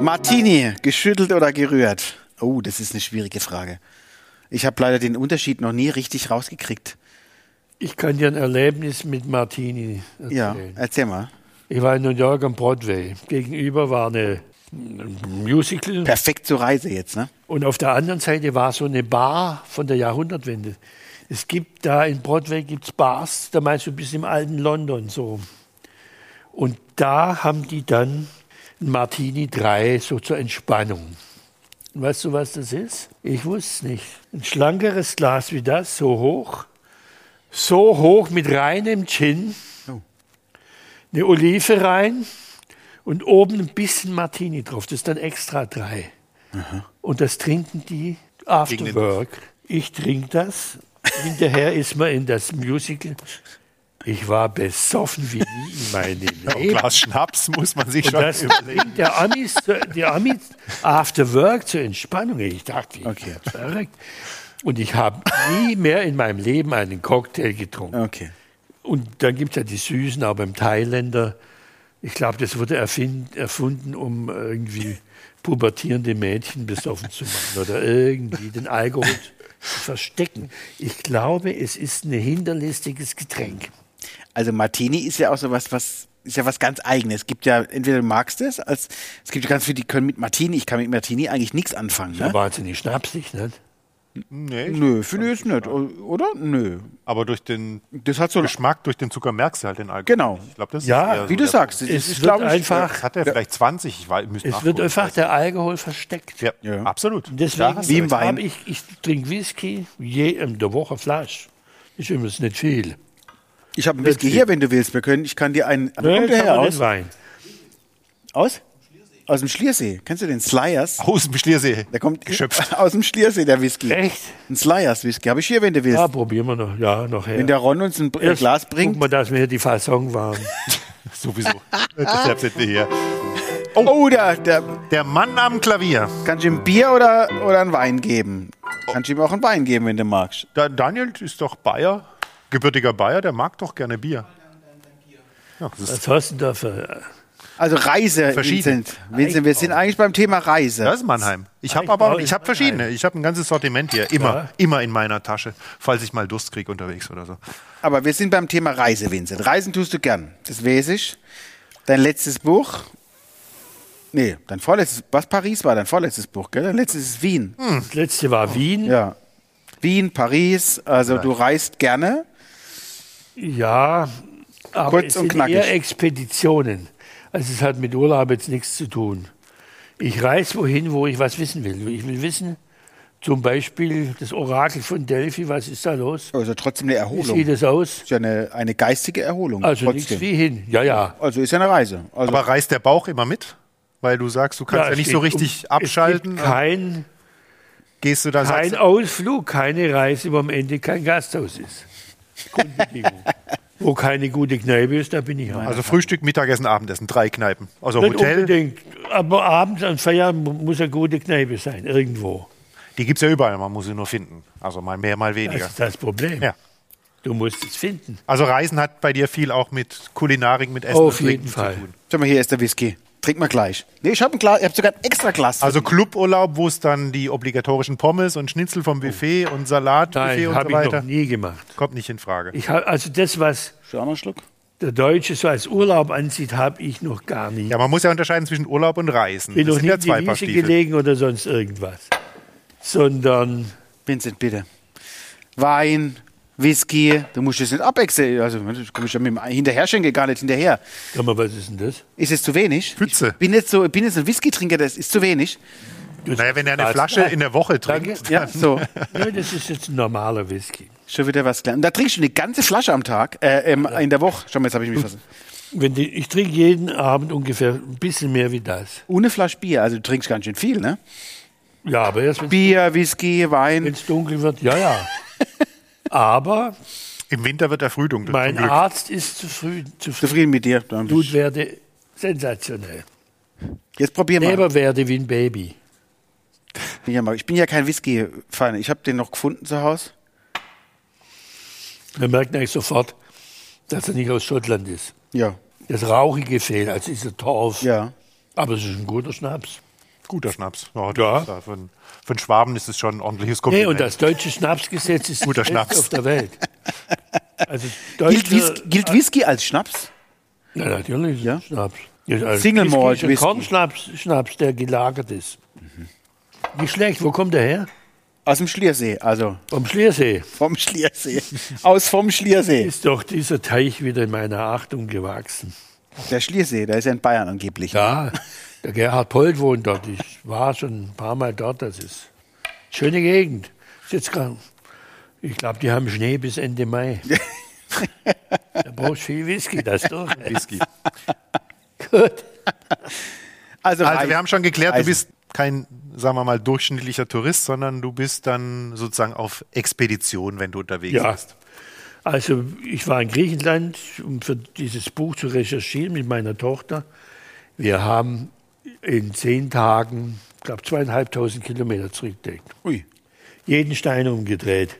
[SPEAKER 2] Martini, geschüttelt oder gerührt? Oh, das ist eine schwierige Frage. Ich habe leider den Unterschied noch nie richtig rausgekriegt.
[SPEAKER 4] Ich kann dir ein Erlebnis mit Martini
[SPEAKER 2] Ja,
[SPEAKER 4] erzählen.
[SPEAKER 2] erzähl mal.
[SPEAKER 4] Ich war in New York am Broadway. Gegenüber war eine ein Musical
[SPEAKER 2] Perfekt zur Reise jetzt, ne?
[SPEAKER 4] und auf der anderen Seite war so eine Bar von der Jahrhundertwende. Es gibt da in Broadway gibt's Bars, da meinst du bis im alten London so. Und da haben die dann einen Martini 3 so zur Entspannung. Und Weißt du, was das ist? Ich wusste es nicht. Ein schlankeres Glas wie das, so hoch, so hoch mit reinem Gin,
[SPEAKER 3] Oh.
[SPEAKER 4] eine Olive rein und oben ein bisschen Martini drauf. Das ist dann extra drei. Und das trinken die
[SPEAKER 3] Gegen
[SPEAKER 4] after
[SPEAKER 3] den-
[SPEAKER 4] work. Ich trinke das. Hinterher ist man in das Musical. Ich war besoffen wie nie in meinem
[SPEAKER 3] Ein
[SPEAKER 4] Leben.
[SPEAKER 3] Glas Schnaps muss man sich
[SPEAKER 4] Und
[SPEAKER 3] schon
[SPEAKER 4] das
[SPEAKER 3] überlegen.
[SPEAKER 4] bringt der Amis, zu- die Amis after work zur Entspannung. Ich dachte, ich
[SPEAKER 2] Okay.
[SPEAKER 4] werd verrückt. Und ich habe nie mehr in meinem Leben einen Cocktail getrunken.
[SPEAKER 2] Okay.
[SPEAKER 4] Und dann gibt es ja die Süßen, auch beim Thailänder. Ich glaube, das wurde erfind, erfunden, um irgendwie pubertierende Mädchen besoffen zu machen oder irgendwie den Alkohol zu verstecken. Ich glaube, es ist ein hinterlistiges Getränk.
[SPEAKER 2] Also Martini ist ja auch sowas, was ist ja was ganz eigenes. Es gibt ja entweder du magst es, als es gibt ja ganz viele, die können mit Martini, ich kann mit Martini eigentlich nichts anfangen, ne?
[SPEAKER 4] Wahnsinnig schnapsig, ne?
[SPEAKER 3] Nee,
[SPEAKER 2] Nö, finde ich es nicht, o- oder? Nö.
[SPEAKER 3] aber durch den
[SPEAKER 2] Das hat so
[SPEAKER 3] Geschmack, durch den Zucker merkst du halt den Alkohol.
[SPEAKER 2] Genau.
[SPEAKER 3] Ich glaube, das
[SPEAKER 4] Ja,
[SPEAKER 3] ist eher
[SPEAKER 2] wie
[SPEAKER 3] so
[SPEAKER 2] du
[SPEAKER 3] der
[SPEAKER 2] sagst, das
[SPEAKER 4] Es
[SPEAKER 2] ist,
[SPEAKER 4] wird
[SPEAKER 2] glaub ich,
[SPEAKER 3] Das
[SPEAKER 4] einfach,
[SPEAKER 3] hat er vielleicht 20, ich weiß, ich müsste
[SPEAKER 4] es wird
[SPEAKER 3] nachgucken.
[SPEAKER 4] einfach der Alkohol versteckt.
[SPEAKER 3] Ja,
[SPEAKER 2] Ja.
[SPEAKER 3] absolut.
[SPEAKER 4] Deswegen
[SPEAKER 2] Wie im Wein.
[SPEAKER 4] hab Ich, ich trinke Whisky je in der Woche Flasch. Ist übrigens nicht viel.
[SPEAKER 2] Ich habe ein bisschen hier, wenn du willst. Wir können, ich kann dir einen. Komm du
[SPEAKER 4] kann
[SPEAKER 2] her,
[SPEAKER 4] man
[SPEAKER 2] aus?
[SPEAKER 4] nicht Wein.
[SPEAKER 2] Aus? Aus dem Schliersee. Kennst du den Sliers?
[SPEAKER 3] Aus dem Schliersee.
[SPEAKER 2] Der kommt
[SPEAKER 3] Geschöpft.
[SPEAKER 2] aus dem Schliersee, der Whisky.
[SPEAKER 4] Echt?
[SPEAKER 2] Ein Sliers Whisky. Habe ich hier, wenn du willst.
[SPEAKER 4] Ja, probieren wir noch. Ja, noch her.
[SPEAKER 2] Wenn der Ron uns ein äh,
[SPEAKER 4] Erst
[SPEAKER 2] Glas
[SPEAKER 4] Guck
[SPEAKER 2] bringt.
[SPEAKER 4] mal, dass wir hier die Fassung waren.
[SPEAKER 3] Sowieso. Deshalb sind wir hier.
[SPEAKER 2] Oh, der, der
[SPEAKER 3] Der Mann am Klavier.
[SPEAKER 2] kannst du ihm Bier oder, oder einen Wein geben. Kannst du ihm auch einen Wein geben, wenn du magst.
[SPEAKER 3] Da, Daniel ist doch Bayer, gebürtiger Bayer, der mag doch gerne Bier. Ja, das, ist,
[SPEAKER 4] Was hast du denn da für.
[SPEAKER 2] Also Reise,
[SPEAKER 3] Verschieden.
[SPEAKER 2] Vincent. Vincent, wir sind eigentlich beim Thema Reise.
[SPEAKER 3] das ist Mannheim. Ich habe
[SPEAKER 4] Eichbau
[SPEAKER 3] aber
[SPEAKER 4] ist
[SPEAKER 3] ich hab
[SPEAKER 4] Mannheim.
[SPEAKER 3] verschiedene. Ich habe ein ganzes Sortiment hier. Immer,
[SPEAKER 4] Ja.
[SPEAKER 3] immer in meiner Tasche, falls ich mal Durst kriege unterwegs oder so.
[SPEAKER 2] Aber wir sind beim Thema Reise, Vincent. Reisen tust du gern. Das weiß ich. Dein letztes Buch. Nee, dein vorletztes. Was Paris war dein vorletztes Buch, gell? Dein letztes ist Wien.
[SPEAKER 4] Das letzte war Wien. Ja.
[SPEAKER 2] Ja. Wien, Paris. Also du reist gerne.
[SPEAKER 4] aber
[SPEAKER 2] Kurz
[SPEAKER 4] es
[SPEAKER 2] und
[SPEAKER 4] sind
[SPEAKER 2] knackig.
[SPEAKER 4] eher Expeditionen. Also es hat mit Urlaub jetzt nichts zu tun. Ich reise wohin, wo ich was wissen will. Ich will wissen, zum Beispiel das Orakel von Delphi, was ist da los?
[SPEAKER 2] Also trotzdem eine
[SPEAKER 4] Wie
[SPEAKER 2] Erholung.
[SPEAKER 4] sieht
[SPEAKER 2] Ist
[SPEAKER 4] es aus?
[SPEAKER 2] ja eine, eine geistige Erholung.
[SPEAKER 4] Also nichts
[SPEAKER 2] trotzdem.
[SPEAKER 4] wie hin. Ja, ja.
[SPEAKER 2] Also ist ja eine Reise. Also
[SPEAKER 3] Aber reißt der Bauch immer mit? Weil du sagst, du kannst ja,
[SPEAKER 4] es
[SPEAKER 3] nicht so
[SPEAKER 4] geht
[SPEAKER 3] richtig
[SPEAKER 4] um- Es
[SPEAKER 3] abschalten.
[SPEAKER 4] gibt kein,
[SPEAKER 3] Gehst du da
[SPEAKER 4] kein
[SPEAKER 3] sagst,
[SPEAKER 4] Ausflug, keine Reise, wo am Ende kein Gasthaus ist. Grundbedingung. wo keine gute Kneipe ist, da bin ich auch.
[SPEAKER 3] also Frühstück, Mittagessen, Abendessen, drei Kneipen. Also
[SPEAKER 4] Nicht
[SPEAKER 3] Hotel,
[SPEAKER 4] unbedingt. Aber abends an Feierabend mu- muss eine gute Kneipe sein, irgendwo.
[SPEAKER 3] die gibt es ja überall, man muss sie nur finden. Also mal mehr, mal
[SPEAKER 4] Das
[SPEAKER 3] weniger.
[SPEAKER 4] ist das Problem.
[SPEAKER 3] Ja.
[SPEAKER 4] Du musst es finden.
[SPEAKER 3] Also Reisen hat bei dir viel auch mit Kulinarik, mit Essen
[SPEAKER 4] Auf
[SPEAKER 3] und Trinken
[SPEAKER 4] jeden Fall.
[SPEAKER 3] zu tun.
[SPEAKER 2] schau mal, hier ist der Whisky. Trink mal gleich. Nee, ich habe ein Glas, ich habe sogar ein extra Glas.
[SPEAKER 3] Also Cluburlaub, wo es dann die obligatorischen Pommes und Schnitzel vom Buffet und Salatbuffet
[SPEAKER 4] Oh. Nein,
[SPEAKER 3] und so
[SPEAKER 4] habe ich noch
[SPEAKER 3] weiter
[SPEAKER 4] nie gemacht.
[SPEAKER 3] kommt nicht in Frage.
[SPEAKER 4] Ich hab, also das, was
[SPEAKER 2] Schon auch noch einen Schluck?
[SPEAKER 4] der Deutsche so als Urlaub ansieht, habe ich noch gar nie.
[SPEAKER 3] Ja, man muss ja unterscheiden zwischen Urlaub und Reisen.
[SPEAKER 4] bin noch nie in die
[SPEAKER 3] zwei Paar
[SPEAKER 4] Wiese
[SPEAKER 3] Stiefel.
[SPEAKER 4] gelegen oder sonst irgendwas. Sondern
[SPEAKER 2] Vincent, bitte. Wein, Whisky, du musst es nicht abwechseln. Also, ich komme schon mit dem Hinterherschenkel gar nicht hinterher.
[SPEAKER 4] Sag mal, was ist denn das?
[SPEAKER 2] Ist es zu wenig?
[SPEAKER 3] Pütze.
[SPEAKER 2] Ich bin jetzt, so, ich bin jetzt ein Whisky-Trinker, das ist zu wenig.
[SPEAKER 3] Naja, wenn er eine
[SPEAKER 4] Was?
[SPEAKER 3] Flasche in der Woche trinkt,
[SPEAKER 4] Danke.
[SPEAKER 2] Ja, so.
[SPEAKER 4] Nein, das ist jetzt ein normaler Whisky.
[SPEAKER 2] Schon wieder was gelernt. Und da trinkst du eine ganze Flasche am Tag, äh, ähm, in der Woche. Schau mal, jetzt habe ich mich versucht.
[SPEAKER 4] Wenn die, ich trinke jeden Abend ungefähr ein bisschen mehr wie das.
[SPEAKER 2] Ohne Flasche Bier, also du trinkst ganz schön viel, ne?
[SPEAKER 4] Ja, aber erst wenn
[SPEAKER 2] Bier, Whisky, Wein.
[SPEAKER 4] es dunkel wird, ja, ja. Aber
[SPEAKER 3] im Winter wird er früh dunkel.
[SPEAKER 4] mein
[SPEAKER 3] zum Glück.
[SPEAKER 4] Arzt ist zufrieden. zufrieden.
[SPEAKER 2] Zufrieden mit dir. Dann-
[SPEAKER 4] Blutwerte sensationell.
[SPEAKER 2] Jetzt probier mal.
[SPEAKER 4] Leberwerte wie ein Baby.
[SPEAKER 2] Bin ja mal- Ich bin ja kein Whisky-Fan. Ich habe den noch gefunden zu Hause.
[SPEAKER 4] Man merkt eigentlich sofort, dass er nicht aus Schottland ist.
[SPEAKER 2] Ja.
[SPEAKER 4] Das Rauchige fehlt, also ist er Torf.
[SPEAKER 2] Ja.
[SPEAKER 4] Aber es ist ein guter Schnaps.
[SPEAKER 3] Guter Schnaps.
[SPEAKER 4] Ja.
[SPEAKER 3] das- Für, einen- für einen Schwaben ist es schon ein ordentliches
[SPEAKER 4] Nee,
[SPEAKER 3] Kompliment.
[SPEAKER 4] und das deutsche Schnapsgesetz ist
[SPEAKER 3] Guter
[SPEAKER 4] das
[SPEAKER 3] Schnaps.
[SPEAKER 4] beste auf der Welt. Also
[SPEAKER 2] Gilt,
[SPEAKER 4] deutsche-
[SPEAKER 2] Whis gilt Whisky als Schnaps?
[SPEAKER 4] Ja, natürlich.
[SPEAKER 2] Ja?
[SPEAKER 4] Schnaps. Ja, also
[SPEAKER 2] Single
[SPEAKER 4] Whisky
[SPEAKER 2] Malt
[SPEAKER 4] ist ein
[SPEAKER 2] Whisky.
[SPEAKER 4] Kornschnaps, Schnaps, der gelagert ist. Nicht schlecht. Wo kommt der her?
[SPEAKER 2] Aus dem Schliersee, also
[SPEAKER 4] Vom Schliersee.
[SPEAKER 2] vom Schliersee. Aus vom Schliersee.
[SPEAKER 4] Ist doch dieser Teich wieder in meiner Achtung gewachsen.
[SPEAKER 2] Der Schliersee, der ist ja in Bayern angeblich.
[SPEAKER 4] Ja, der Gerhard Pold wohnt dort. Ich war schon ein paar Mal dort. Das ist schöne Gegend. Ist jetzt grad, ich glaube, die haben Schnee bis Ende Mai. da brauchst du viel Whisky, das doch.
[SPEAKER 3] Whisky.
[SPEAKER 4] Gut.
[SPEAKER 2] Also,
[SPEAKER 3] Also wir haben schon geklärt, du
[SPEAKER 2] Reisen.
[SPEAKER 3] bist kein, sagen wir mal, durchschnittlicher Tourist, sondern du bist dann sozusagen auf Expedition, wenn du unterwegs
[SPEAKER 4] Ja.
[SPEAKER 3] bist.
[SPEAKER 4] Also ich war in Griechenland, um für dieses Buch zu recherchieren mit meiner Tochter. Wir haben in zehn Tagen, ich glaube, zweieinhalbtausend Kilometer zurückgelegt.
[SPEAKER 2] Ui.
[SPEAKER 4] Jeden Stein umgedreht.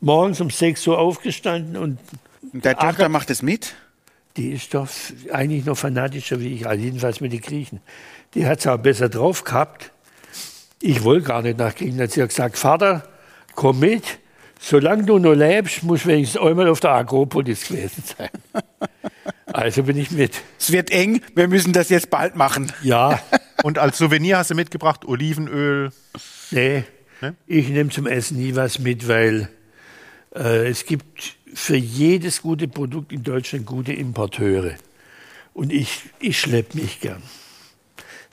[SPEAKER 4] Morgens um 6 Uhr aufgestanden und
[SPEAKER 2] Und der Tochter macht es mit.
[SPEAKER 4] die ist doch eigentlich noch fanatischer wie ich, also jedenfalls mit den Griechen. Die hat es auch besser drauf gehabt. Ich wollte gar nicht nach Griechenland. Sie hat gesagt, Vater, komm mit, solange du noch lebst, muss wenigstens einmal auf der Akropolis gewesen sein. Also bin ich mit.
[SPEAKER 2] Es wird eng, wir müssen das jetzt bald machen.
[SPEAKER 4] Ja,
[SPEAKER 3] Und als Souvenir hast du mitgebracht Olivenöl.
[SPEAKER 4] nee, ich nehme zum Essen nie was mit, weil äh, es gibt für jedes gute Produkt in Deutschland gute Importeure. Und ich, ich schleppe mich gern.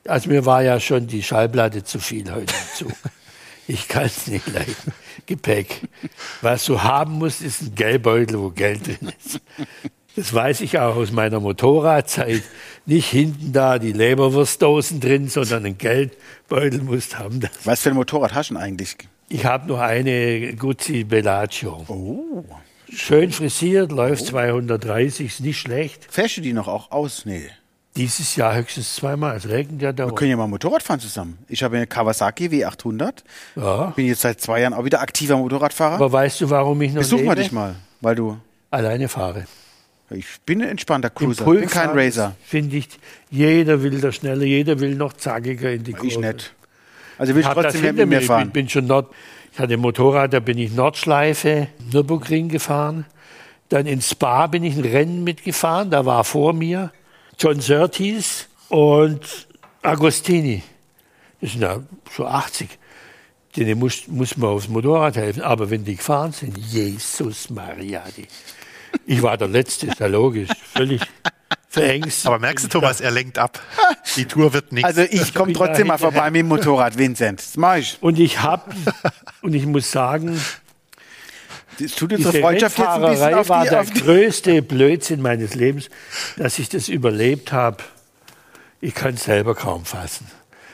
[SPEAKER 4] Also mir war ja schon die Schallplatte zu viel heute im Zug. Ich kann es nicht leiden. Gepäck. Was du haben musst, ist ein Geldbeutel, wo Geld drin ist. Das weiß ich auch aus meiner Motorradzeit. Nicht hinten da die Leberwurstdosen drin, sondern ein Geldbeutel musst haben.
[SPEAKER 2] Was für ein Motorrad hast du denn eigentlich?
[SPEAKER 4] Ich habe noch eine Guzzi Bellagio.
[SPEAKER 2] Oh.
[SPEAKER 4] Schön frisiert, läuft 230, ist nicht schlecht.
[SPEAKER 2] Fährst du die noch auch aus? Nee.
[SPEAKER 4] Dieses Jahr höchstens zweimal. Es regnet ja da.
[SPEAKER 2] Wir können ja mal Motorrad fahren zusammen. Ich habe eine Kawasaki W800.
[SPEAKER 4] Ja.
[SPEAKER 2] Bin jetzt seit zwei Jahren auch wieder aktiver Motorradfahrer.
[SPEAKER 4] Aber weißt du, warum ich noch
[SPEAKER 2] Besuch
[SPEAKER 4] lebe?
[SPEAKER 2] mal dich mal, weil du.
[SPEAKER 4] alleine fahre.
[SPEAKER 2] Ich bin ein entspannter Cruiser,
[SPEAKER 4] Pulk
[SPEAKER 2] bin kein
[SPEAKER 4] fahren ist,
[SPEAKER 2] Racer.
[SPEAKER 4] Finde ich, jeder will da schneller, jeder will noch zackiger in die Kurve.
[SPEAKER 2] Ich nicht. Also will ich
[SPEAKER 4] Hab das
[SPEAKER 2] trotzdem nicht
[SPEAKER 4] hinter
[SPEAKER 2] mit mir
[SPEAKER 4] mir. Ich bin,
[SPEAKER 2] fahren.
[SPEAKER 4] bin schon Nord. Ich hatte ein Motorrad, da bin ich Nordschleife, Nürburgring gefahren. Dann in Spa bin ich ein Rennen mitgefahren. Da war vor mir John Surtees und Agostini. Das sind ja so 80. Denen muss, muss man aufs Motorrad helfen. Aber wenn die gefahren sind, Jesus Maria. Die. Ich war der Letzte, ist ja logisch. Völlig verängstigt.
[SPEAKER 3] Aber merkst du, Thomas, er lenkt ab. Die Tour wird nichts.
[SPEAKER 2] Also ich komme
[SPEAKER 4] bin da
[SPEAKER 2] trotzdem mal
[SPEAKER 4] hinterher.
[SPEAKER 2] vorbei mit dem Motorrad, Vincent. Das mach ich.
[SPEAKER 4] Und ich habe, und ich muss sagen,
[SPEAKER 2] Das tut
[SPEAKER 4] Diese
[SPEAKER 2] unsere Freundschaft jetzt ein bisschen
[SPEAKER 4] Rennfahrerei
[SPEAKER 2] auf
[SPEAKER 4] war
[SPEAKER 2] die,
[SPEAKER 4] der
[SPEAKER 2] auf die
[SPEAKER 4] größte Blödsinn meines Lebens, dass ich das überlebt habe. Ich kann es selber kaum fassen.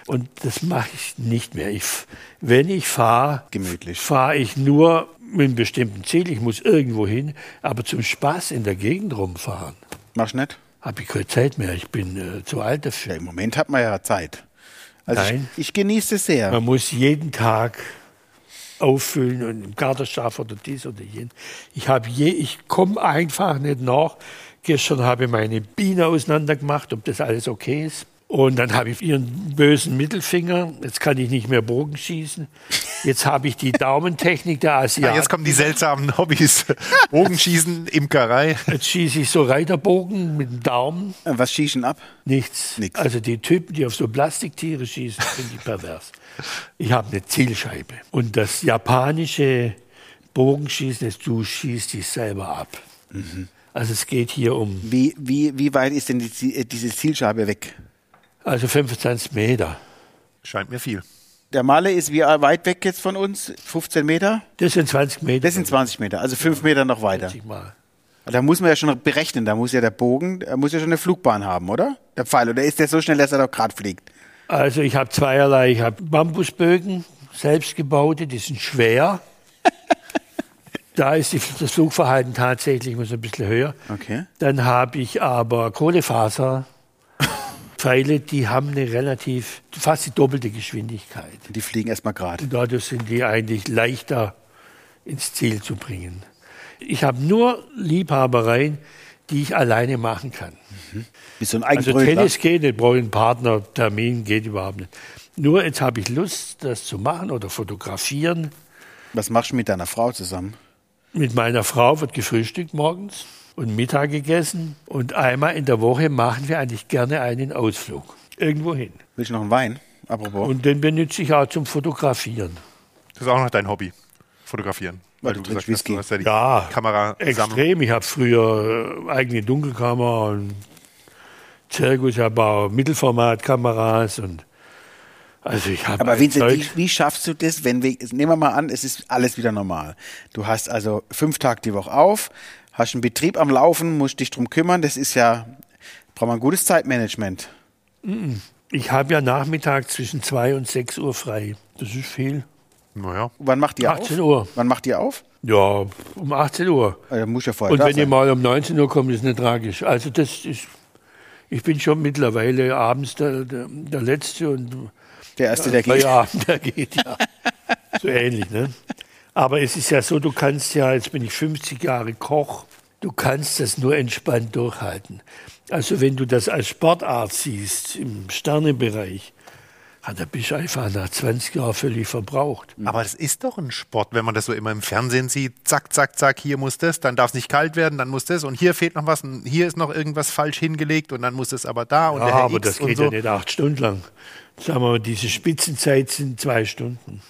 [SPEAKER 4] Und das mache ich nicht mehr. Ich, f- wenn ich fahre,
[SPEAKER 2] Gemütlich.
[SPEAKER 4] fahre ich nur mit einem bestimmten Ziel. Ich muss irgendwo hin, aber zum Spaß in der Gegend rumfahren.
[SPEAKER 2] Machst du nicht?
[SPEAKER 4] Habe ich keine Zeit mehr. Ich bin äh, zu alt dafür.
[SPEAKER 2] Ja, im Moment hat man ja Zeit. Also
[SPEAKER 4] Nein.
[SPEAKER 2] ich, ich genieße es sehr.
[SPEAKER 4] Man muss jeden Tag auffüllen und im Gartenschaf oder dies oder jen. Ich habe je, ich komme einfach nicht nach. Gestern habe ich meine Biene auseinander gemacht, ob das alles okay ist. Und dann habe ich ihren bösen Mittelfinger. Jetzt kann ich nicht mehr Bogen schießen. Jetzt habe ich die Daumentechnik der
[SPEAKER 3] Ah,
[SPEAKER 4] Asiaten.
[SPEAKER 3] jetzt kommen die seltsamen Hobbys. Bogenschießen, Imkerei.
[SPEAKER 4] Jetzt schieße ich so Reiterbogen mit dem Daumen.
[SPEAKER 2] Äh, Was schießen ab?
[SPEAKER 4] Nichts.
[SPEAKER 2] Nix.
[SPEAKER 4] Also die Typen, die auf so Plastiktiere schießen, finde ich pervers. Ich habe eine Zielscheibe. Und das japanische Bogenschießen ist, du schießt dich selber ab.
[SPEAKER 2] Mhm.
[SPEAKER 4] Also es geht hier um
[SPEAKER 2] Wie, wie, wie weit ist denn die, Zie- äh, diese Zielscheibe weg?
[SPEAKER 4] also 25 Meter.
[SPEAKER 3] Scheint mir viel.
[SPEAKER 2] Der Malle ist wie weit weg jetzt von uns? 15 Meter?
[SPEAKER 4] Das sind 20 Meter.
[SPEAKER 2] Das sind 20 Meter, also 5 Meter noch weiter.
[SPEAKER 4] 20 Mal.
[SPEAKER 2] Da muss man ja schon berechnen, da muss ja der Bogen, da muss ja schon eine Flugbahn haben, oder? Der Pfeil, oder ist der so schnell, dass er doch gerade fliegt?
[SPEAKER 4] Also ich habe zweierlei. Ich habe Bambusbögen, selbstgebaute, die sind schwer. da ist die, das Flugverhalten tatsächlich muss ein bisschen höher.
[SPEAKER 2] Okay.
[SPEAKER 4] Dann habe ich aber Kohlefaser. Pfeile, die haben eine relativ, fast die doppelte Geschwindigkeit.
[SPEAKER 2] Die fliegen erstmal gerade.
[SPEAKER 4] Und dadurch sind die eigentlich leichter ins Ziel zu bringen. Ich habe nur Liebhabereien, die ich alleine machen kann.
[SPEAKER 2] Wie so ein
[SPEAKER 4] Also
[SPEAKER 2] Eigenbrötler.
[SPEAKER 4] Tennis geht nicht, brauche ich einen Partner, Termin geht überhaupt nicht. Nur jetzt habe ich Lust, das zu machen oder fotografieren.
[SPEAKER 2] Was machst du mit deiner Frau zusammen?
[SPEAKER 4] Mit meiner Frau wird gefrühstückt morgens und Mittag gegessen. Und einmal in der Woche machen wir eigentlich gerne einen Ausflug. Irgendwo hin.
[SPEAKER 2] Willst du noch einen Wein? Apropos.
[SPEAKER 4] Und den benutze ich auch zum Fotografieren.
[SPEAKER 3] Das ist auch noch dein Hobby, fotografieren.
[SPEAKER 2] Weil du trinkst Whisky.
[SPEAKER 3] du hast ja die
[SPEAKER 4] Ja,
[SPEAKER 3] Kamera sammeln.
[SPEAKER 4] extrem. Ich habe früher äh, eigene Dunkelkammer und Zirkus, ich habe auch Mittelformatkameras und also ich habe
[SPEAKER 2] Aber
[SPEAKER 4] ein
[SPEAKER 2] Vincent, wie,
[SPEAKER 4] Zeug-
[SPEAKER 2] wie schaffst du das, wenn wir, nehmen wir mal an, es ist alles wieder normal. Du hast also fünf Tage die Woche auf, hast einen Betrieb am Laufen, musst dich drum kümmern. Das ist ja, braucht man ein gutes Zeitmanagement.
[SPEAKER 4] ich habe ja Nachmittag zwischen 2 und 6 Uhr frei. Das ist viel.
[SPEAKER 3] Naja.
[SPEAKER 2] Wann macht ihr
[SPEAKER 4] 18
[SPEAKER 2] auf?
[SPEAKER 4] Uhr.
[SPEAKER 2] Wann macht ihr auf?
[SPEAKER 4] Ja, um 18 Uhr.
[SPEAKER 2] Also, muss ja vorher
[SPEAKER 4] Und
[SPEAKER 2] da
[SPEAKER 4] wenn ihr
[SPEAKER 2] sein.
[SPEAKER 4] mal um 19 Uhr kommt, ist nicht tragisch. Also das ist, ich bin schon mittlerweile abends der, der, der Letzte und
[SPEAKER 2] der erste, der geht.
[SPEAKER 4] Feierabend, der geht, ja. so ähnlich, ne? Aber es ist ja so, du kannst ja, jetzt bin ich 50 Jahre Koch, du kannst das nur entspannt durchhalten. Also wenn du das als Sportart siehst, im Sternenbereich, ah, da bist du einfach nach 20 Jahren völlig verbraucht.
[SPEAKER 3] Aber das ist doch ein Sport, wenn man das so immer im Fernsehen sieht. Zack, zack, zack, hier muss das, dann darf es nicht kalt werden, dann muss das und hier fehlt noch was und hier ist noch irgendwas falsch hingelegt und dann muss es aber da und
[SPEAKER 4] Ja,
[SPEAKER 3] der Herr
[SPEAKER 4] aber
[SPEAKER 3] X
[SPEAKER 4] das
[SPEAKER 3] und
[SPEAKER 4] geht
[SPEAKER 3] so.
[SPEAKER 4] ja nicht acht Stunden lang. Sagen wir mal, diese Spitzenzeit sind zwei Stunden,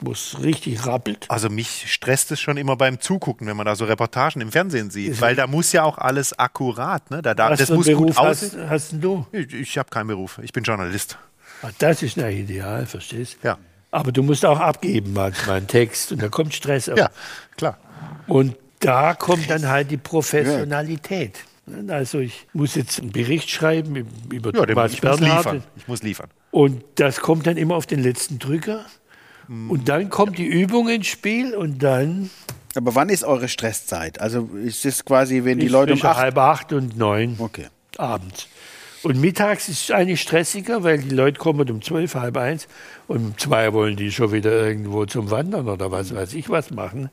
[SPEAKER 4] wo es richtig rappelt.
[SPEAKER 3] Also mich stresst es schon immer beim Zugucken, wenn man da so Reportagen im Fernsehen sieht, weil da muss ja auch alles akkurat, ne? Da, da,
[SPEAKER 4] Was
[SPEAKER 3] das
[SPEAKER 4] für einen
[SPEAKER 3] muss gut
[SPEAKER 4] Beruf hast,
[SPEAKER 3] aussehen.
[SPEAKER 4] hast denn du?
[SPEAKER 3] Ich, ich habe keinen Beruf, ich bin Journalist.
[SPEAKER 4] Ah, Das ist natürlich ideal, verstehst du?
[SPEAKER 3] Ja.
[SPEAKER 4] Aber du musst auch abgeben manchmal einen Text und da kommt Stress auf.
[SPEAKER 3] Ja, klar.
[SPEAKER 4] Und da kommt dann halt die Professionalität. Also ich muss jetzt einen Bericht schreiben über
[SPEAKER 3] Ja, dem,
[SPEAKER 4] Thomas
[SPEAKER 3] ich muss
[SPEAKER 4] Bernhard.
[SPEAKER 3] liefern. Ich muss liefern.
[SPEAKER 4] Und das kommt dann immer auf den letzten Drücker.
[SPEAKER 3] Hm.
[SPEAKER 4] Und dann kommt die Übung ins Spiel und dann
[SPEAKER 2] Aber wann ist eure Stresszeit? Also ist es quasi, wenn die
[SPEAKER 4] ist
[SPEAKER 2] Leute um
[SPEAKER 4] zwischen
[SPEAKER 2] acht...
[SPEAKER 4] halb acht und neun
[SPEAKER 2] Okay.
[SPEAKER 4] abends. Und mittags ist es eigentlich stressiger, weil die Leute kommen um zwölf, halb eins und um zwei wollen die schon wieder irgendwo zum Wandern oder was weiß ich was machen.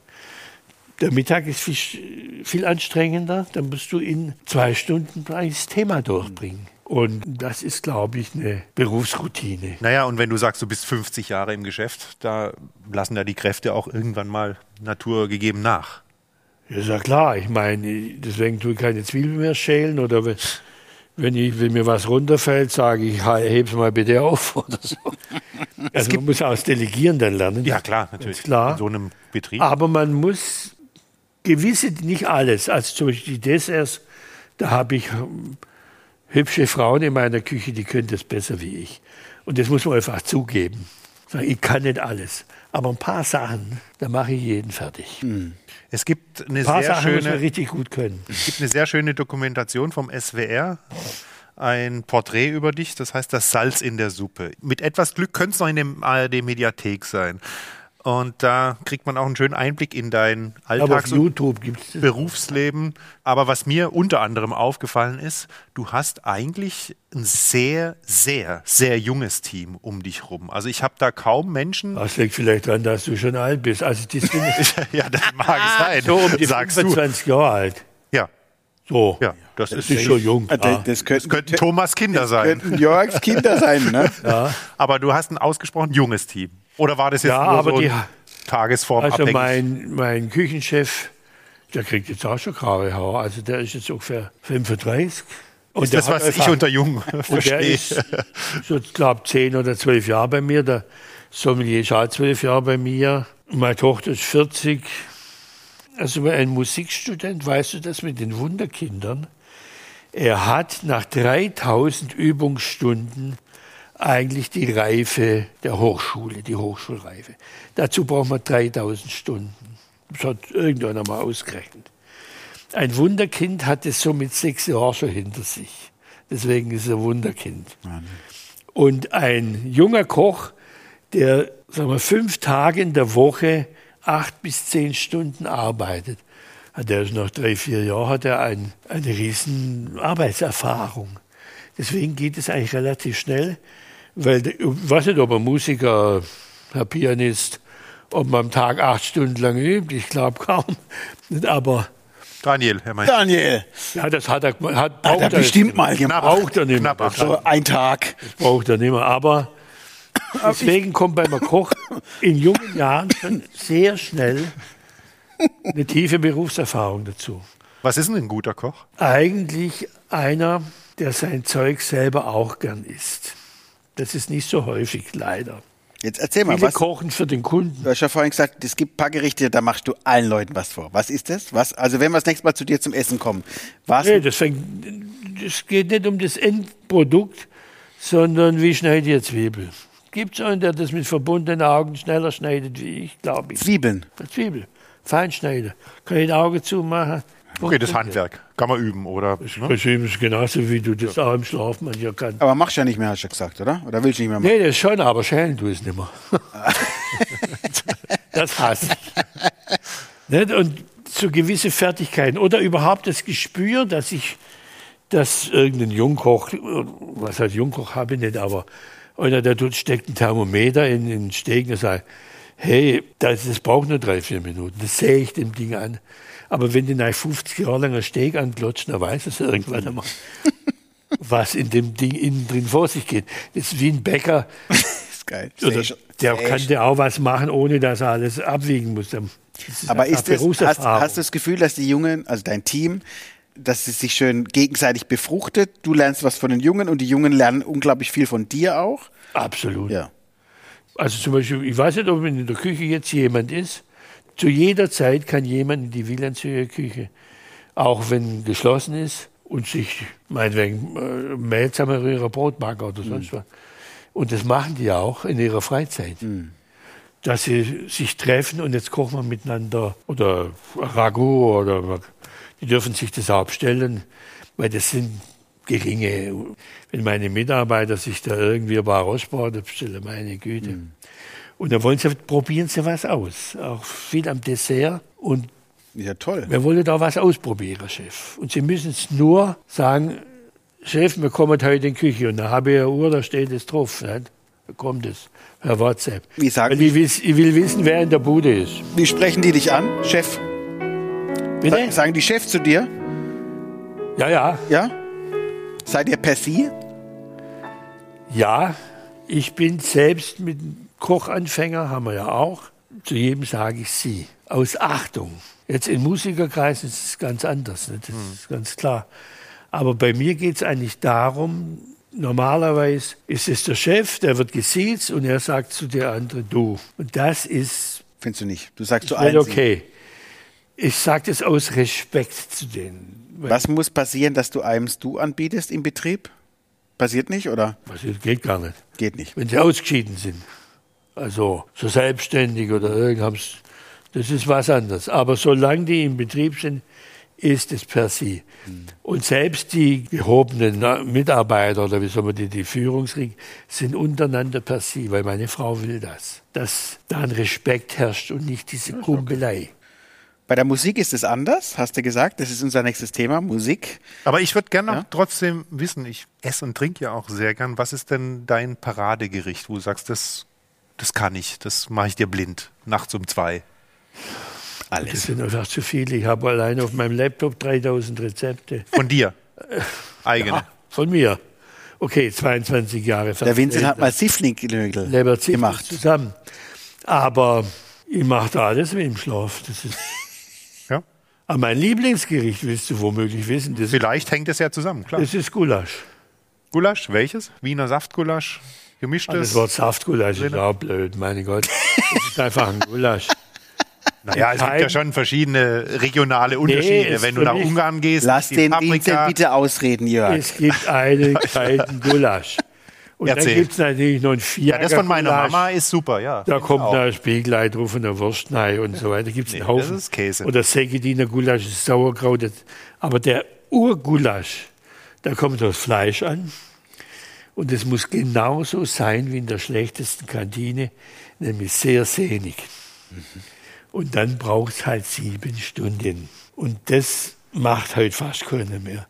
[SPEAKER 4] Der Mittag ist viel, viel anstrengender, dann musst du in zwei Stunden eigentlich das Thema durchbringen. Und das ist, glaube ich, eine Berufsroutine.
[SPEAKER 3] Naja, und wenn du sagst, du bist 50 Jahre im Geschäft, da lassen ja die Kräfte auch irgendwann mal naturgegeben nach.
[SPEAKER 4] Ja, ist ja klar. Ich meine, deswegen tue ich keine Zwiebeln mehr schälen oder wenn, wenn, ich, wenn mir was runterfällt, sage ich, "Ha, heb's mal bitte auf oder so. Also man muss auch das Delegieren dann lernen.
[SPEAKER 3] Ja, klar, natürlich.
[SPEAKER 4] Ist klar. Ah.
[SPEAKER 3] In so einem Betrieb.
[SPEAKER 4] Aber man muss gewisse, nicht alles, also zum Beispiel die Desserts, da habe ich hm, hübsche Frauen in meiner Küche, die können das besser wie ich. Und das muss man einfach zugeben. Sagen, Ich kann nicht alles. Aber ein paar Sachen, da mache ich jeden fertig. Ein
[SPEAKER 3] Es gibt eine
[SPEAKER 4] paar
[SPEAKER 3] sehr
[SPEAKER 4] Sachen muss man
[SPEAKER 3] schöne,
[SPEAKER 4] richtig gut können.
[SPEAKER 3] es gibt eine sehr schöne Dokumentation vom SWR. Ein Porträt über dich, das heißt das Salz in der Suppe. Mit etwas Glück könnte es noch in der ARD-Mediathek sein. Und da kriegt man auch einen schönen Einblick in dein
[SPEAKER 4] Aber auf
[SPEAKER 3] Alltags- und
[SPEAKER 4] YouTube gibt es
[SPEAKER 3] Berufsleben. Aber was mir unter anderem aufgefallen ist, du hast eigentlich ein sehr, sehr, sehr junges Team um dich rum. Also ich habe da kaum Menschen.
[SPEAKER 4] Das liegt vielleicht daran, dass du schon alt bist. Also die sind
[SPEAKER 3] ja, das mag sein.
[SPEAKER 4] so um die
[SPEAKER 3] sagst du.
[SPEAKER 4] 25 Jahre alt.
[SPEAKER 3] Ja,
[SPEAKER 4] So.
[SPEAKER 3] ja, das,
[SPEAKER 4] Das
[SPEAKER 3] ist,
[SPEAKER 4] ist schon jung.
[SPEAKER 2] Ah,
[SPEAKER 4] Ja.
[SPEAKER 2] Das, das könnten,
[SPEAKER 3] Könnten Thomas Kinder sein.
[SPEAKER 2] könnten Jörgs Kinder sein, ne?
[SPEAKER 3] Ah. Aber du hast ein ausgesprochen junges Team. Oder war das jetzt
[SPEAKER 4] Ja,
[SPEAKER 3] nur
[SPEAKER 4] aber
[SPEAKER 3] so
[SPEAKER 4] die-
[SPEAKER 3] Tagesform
[SPEAKER 4] Also
[SPEAKER 3] abhängig?
[SPEAKER 4] mein, mein Küchenchef, der kriegt jetzt auch schon graue Haare. Also der ist jetzt ungefähr 35. Und
[SPEAKER 3] ist
[SPEAKER 4] der
[SPEAKER 3] das,
[SPEAKER 4] hat
[SPEAKER 3] was
[SPEAKER 4] einfach-
[SPEAKER 3] ich unter jung
[SPEAKER 4] Und der
[SPEAKER 3] verstehe.
[SPEAKER 4] ist, so, ich glaube, zehn oder zwölf Jahre bei mir. Der Sommelier ist auch zwölf Jahre bei mir. Meine Tochter ist 40. Also ein Musikstudent, weißt du das mit den Wunderkindern? Er hat nach 3000 Übungsstunden eigentlich die Reife der Hochschule, die Hochschulreife. Dazu braucht man 3000 Stunden. Das hat irgendeiner mal ausgerechnet. Ein Wunderkind hat es so mit sechs Jahren schon hinter sich. Deswegen ist er Wunderkind. Und ein junger Koch, der sagen wir, fünf Tage in der Woche acht bis zehn Stunden arbeitet, hat er schon nach drei, vier Jahren hat er ein, eine riesen Arbeitserfahrung. Deswegen geht es eigentlich relativ schnell, weil der- ich weiß nicht, ob ein Musiker, ein Pianist, ob man am Tag acht Stunden lang übt, ich glaube kaum. Aber
[SPEAKER 3] Daniel, Herr Meister.
[SPEAKER 2] Daniel,
[SPEAKER 4] ja, das hat er, gem- hat, braucht
[SPEAKER 2] hat er
[SPEAKER 4] er
[SPEAKER 2] bestimmt mal gemacht.
[SPEAKER 4] Braucht er nicht mehr.
[SPEAKER 3] Knapp acht.
[SPEAKER 4] Das
[SPEAKER 2] So ein Tag.
[SPEAKER 4] braucht er nicht mehr. Aber Deswegen kommt beim Koch in jungen Jahren schon sehr schnell eine tiefe Berufserfahrung dazu.
[SPEAKER 3] Was ist denn ein guter Koch?
[SPEAKER 4] Eigentlich einer, der sein Zeug selber auch gern isst. Das ist nicht so häufig, leider.
[SPEAKER 2] Jetzt erzähl mal,
[SPEAKER 4] Viele
[SPEAKER 2] was.
[SPEAKER 4] kochen für den Kunden.
[SPEAKER 2] Du hast ja vorhin gesagt, es gibt ein paar Gerichte, da machst du allen Leuten was vor. Was ist das? Was, also wenn wir das nächste Mal zu dir zum Essen kommen, was?
[SPEAKER 4] Nee, das, fängt, das geht nicht um das Endprodukt, sondern wie schneidet ihr Zwiebel? Gibt es einen, der das mit verbundenen Augen schneller schneidet wie ich, glaube ich.
[SPEAKER 2] Zwiebeln.
[SPEAKER 4] Eine Zwiebel, Feinschneider. Kann ich ein Auge zumachen.
[SPEAKER 3] Okay, das Handwerk. Kann man üben, oder? Ne?
[SPEAKER 4] Das ist genauso, wie du das auch im Schlaf manchmal kannst.
[SPEAKER 2] Aber machst du ja nicht mehr, hast du gesagt, oder? Oder willst du nicht mehr machen?
[SPEAKER 4] Nee, das schon, aber schälen du es nicht mehr. das hasse ich. Nicht? Und so gewisse Fertigkeiten oder überhaupt das Gespür, dass ich, dass irgendein Jungkoch, was heißt Jungkoch habe ich nicht, aber einer, der tut, steckt einen Thermometer in den Stegen und sagt, hey, das, das braucht nur drei, vier Minuten. Das sehe ich dem Ding an. Aber wenn du nach 50 Jahren lang einen Steg anklotscht, dann weiß es irgendwann einmal was in dem Ding innen drin vor sich geht. Das ist wie ein Bäcker,
[SPEAKER 2] Das ist geil.
[SPEAKER 4] oder,
[SPEAKER 2] Sehr
[SPEAKER 4] der
[SPEAKER 2] schön.
[SPEAKER 4] kann der auch was machen, ohne dass er alles abwiegen muss. Das ist
[SPEAKER 2] Aber
[SPEAKER 4] einfach
[SPEAKER 2] ist das, hast,
[SPEAKER 4] Berufserfahrung.
[SPEAKER 2] hast du das Gefühl, dass die Jungen, also dein Team, dass es sich schön gegenseitig befruchtet? Du lernst was von den Jungen und die Jungen lernen unglaublich viel von dir auch?
[SPEAKER 4] Absolut.
[SPEAKER 2] Ja.
[SPEAKER 4] Also zum Beispiel, ich weiß nicht, ob in der Küche jetzt jemand ist. Zu jeder Zeit kann jemand in die Wielandshöhe Küche, auch wenn geschlossen ist, und sich meinetwegen äh, Mehl zusammenrühren, Brot backen oder sonst
[SPEAKER 2] Mhm.
[SPEAKER 4] was. Und das machen die ja auch in ihrer Freizeit. Dass sie sich treffen und jetzt kochen wir miteinander oder Ragout oder die dürfen sich das auch bestellen, weil das sind geringe. Wenn meine Mitarbeiter sich da irgendwie ein paar Rostbraten bestellen, meine Güte. Und da wollen sie, probieren sie was aus. Auch viel am Dessert. Und
[SPEAKER 2] Ja, toll.
[SPEAKER 4] wir wollen da was ausprobieren, Chef. Und sie müssen es nur sagen, Chef, wir kommen heute in die Küche. Und da habe ich eine Uhr, da steht es drauf. Nicht? Da kommt es, per WhatsApp.
[SPEAKER 2] Wie sagen
[SPEAKER 4] Weil ich, wiss- ich will wissen, wer in der Bude ist.
[SPEAKER 2] Wie sprechen die dich an? Chef.
[SPEAKER 4] Bitte?
[SPEAKER 2] Sa- Sagen die Chef zu dir?
[SPEAKER 4] Ja, ja.
[SPEAKER 2] Ja? Seid ihr per Sie?
[SPEAKER 4] Ja, ich bin selbst mit einem Kochanfänger, haben wir ja auch. Zu jedem sage ich Sie. Aus Achtung. Jetzt in Musikerkreisen ist es ganz anders, ne?
[SPEAKER 2] Hm.
[SPEAKER 4] das ist ganz klar. Aber bei mir geht es eigentlich darum, normalerweise ist es der Chef, der wird gesiezt und er sagt zu der anderen Du. Und das ist
[SPEAKER 2] Findest du nicht? Du sagst zu
[SPEAKER 4] nicht
[SPEAKER 2] allen Sie.
[SPEAKER 4] okay. Ich sage das aus Respekt zu denen. Weil
[SPEAKER 2] Was muss passieren, dass du einem Du anbietest im Betrieb? Passiert nicht oder
[SPEAKER 4] Was geht gar nicht.
[SPEAKER 2] geht nicht?
[SPEAKER 4] Wenn sie ausgeschieden sind, also so selbstständig oder irgendwas, das ist was anderes. Aber solange die im Betrieb sind, ist es per se.
[SPEAKER 2] Hm.
[SPEAKER 4] Und selbst die gehobenen Na- Mitarbeiter oder wie soll man die, die Führungsring, sind untereinander per se, weil meine Frau will das. Dass da ein Respekt herrscht und nicht diese Kumpelei.
[SPEAKER 2] Bei der Musik ist es anders, hast du gesagt. Das ist unser nächstes Thema, Musik.
[SPEAKER 3] Aber ich würde gerne noch trotzdem wissen, ich esse und trinke ja auch sehr gern. Was ist denn dein Paradegericht, wo du sagst, das, das kann ich, das mache ich dir blind, nachts um zwei?
[SPEAKER 4] Das sind einfach zu viele. Ich habe allein auf meinem Laptop 3000 Rezepte.
[SPEAKER 3] Von dir. Eigene.
[SPEAKER 4] Ah, von mir. Okay, 22 Jahre.
[SPEAKER 2] Der Vincent hat
[SPEAKER 4] Vertreter.
[SPEAKER 2] mal Siffling-Knödel
[SPEAKER 4] Leber zieht
[SPEAKER 2] gemacht.
[SPEAKER 4] das zusammen. Aber ich mache da alles wie im Schlaf. Das ist
[SPEAKER 3] Ja.
[SPEAKER 4] aber mein Lieblingsgericht, willst du womöglich wissen. Das,
[SPEAKER 3] Vielleicht hängt es ja zusammen, klar.
[SPEAKER 4] das ist Gulasch.
[SPEAKER 3] Gulasch, welches? Wiener Saftgulasch,
[SPEAKER 4] Das,
[SPEAKER 3] gemischtes.
[SPEAKER 4] Wort Saftgulasch ist auch blöd, meine Gott. Das ist einfach ein Gulasch.
[SPEAKER 3] Naja, es gibt ja
[SPEAKER 4] Kein-
[SPEAKER 3] schon verschiedene regionale Unterschiede.
[SPEAKER 4] ist
[SPEAKER 3] Wenn du
[SPEAKER 4] für
[SPEAKER 3] nach
[SPEAKER 4] mich-
[SPEAKER 3] Ungarn gehst,
[SPEAKER 2] Lass
[SPEAKER 3] die
[SPEAKER 2] den Vincent
[SPEAKER 3] Paprika.
[SPEAKER 2] bitte ausreden, Jörg.
[SPEAKER 4] Es gibt einen kalten Gulasch. Und
[SPEAKER 3] Erzähl.
[SPEAKER 4] dann gibt es natürlich noch ein Vierer
[SPEAKER 3] Ja, das von meiner Mama ist super, ja.
[SPEAKER 4] Da kommt ein Spiegelei drauf und eine Wurst rein und so weiter. Gibt es einen
[SPEAKER 3] Nee,
[SPEAKER 4] Haufen.
[SPEAKER 3] das ist Käse.
[SPEAKER 4] Oder Segediner Gulasch, das ist Sauerkraut. Das- Aber der Urgulasch, da kommt das Fleisch an. Und es muss genauso sein wie in der schlechtesten Kantine, nämlich sehr sehnig. Und dann braucht es halt sieben Stunden. Und das macht heute fast keiner mehr.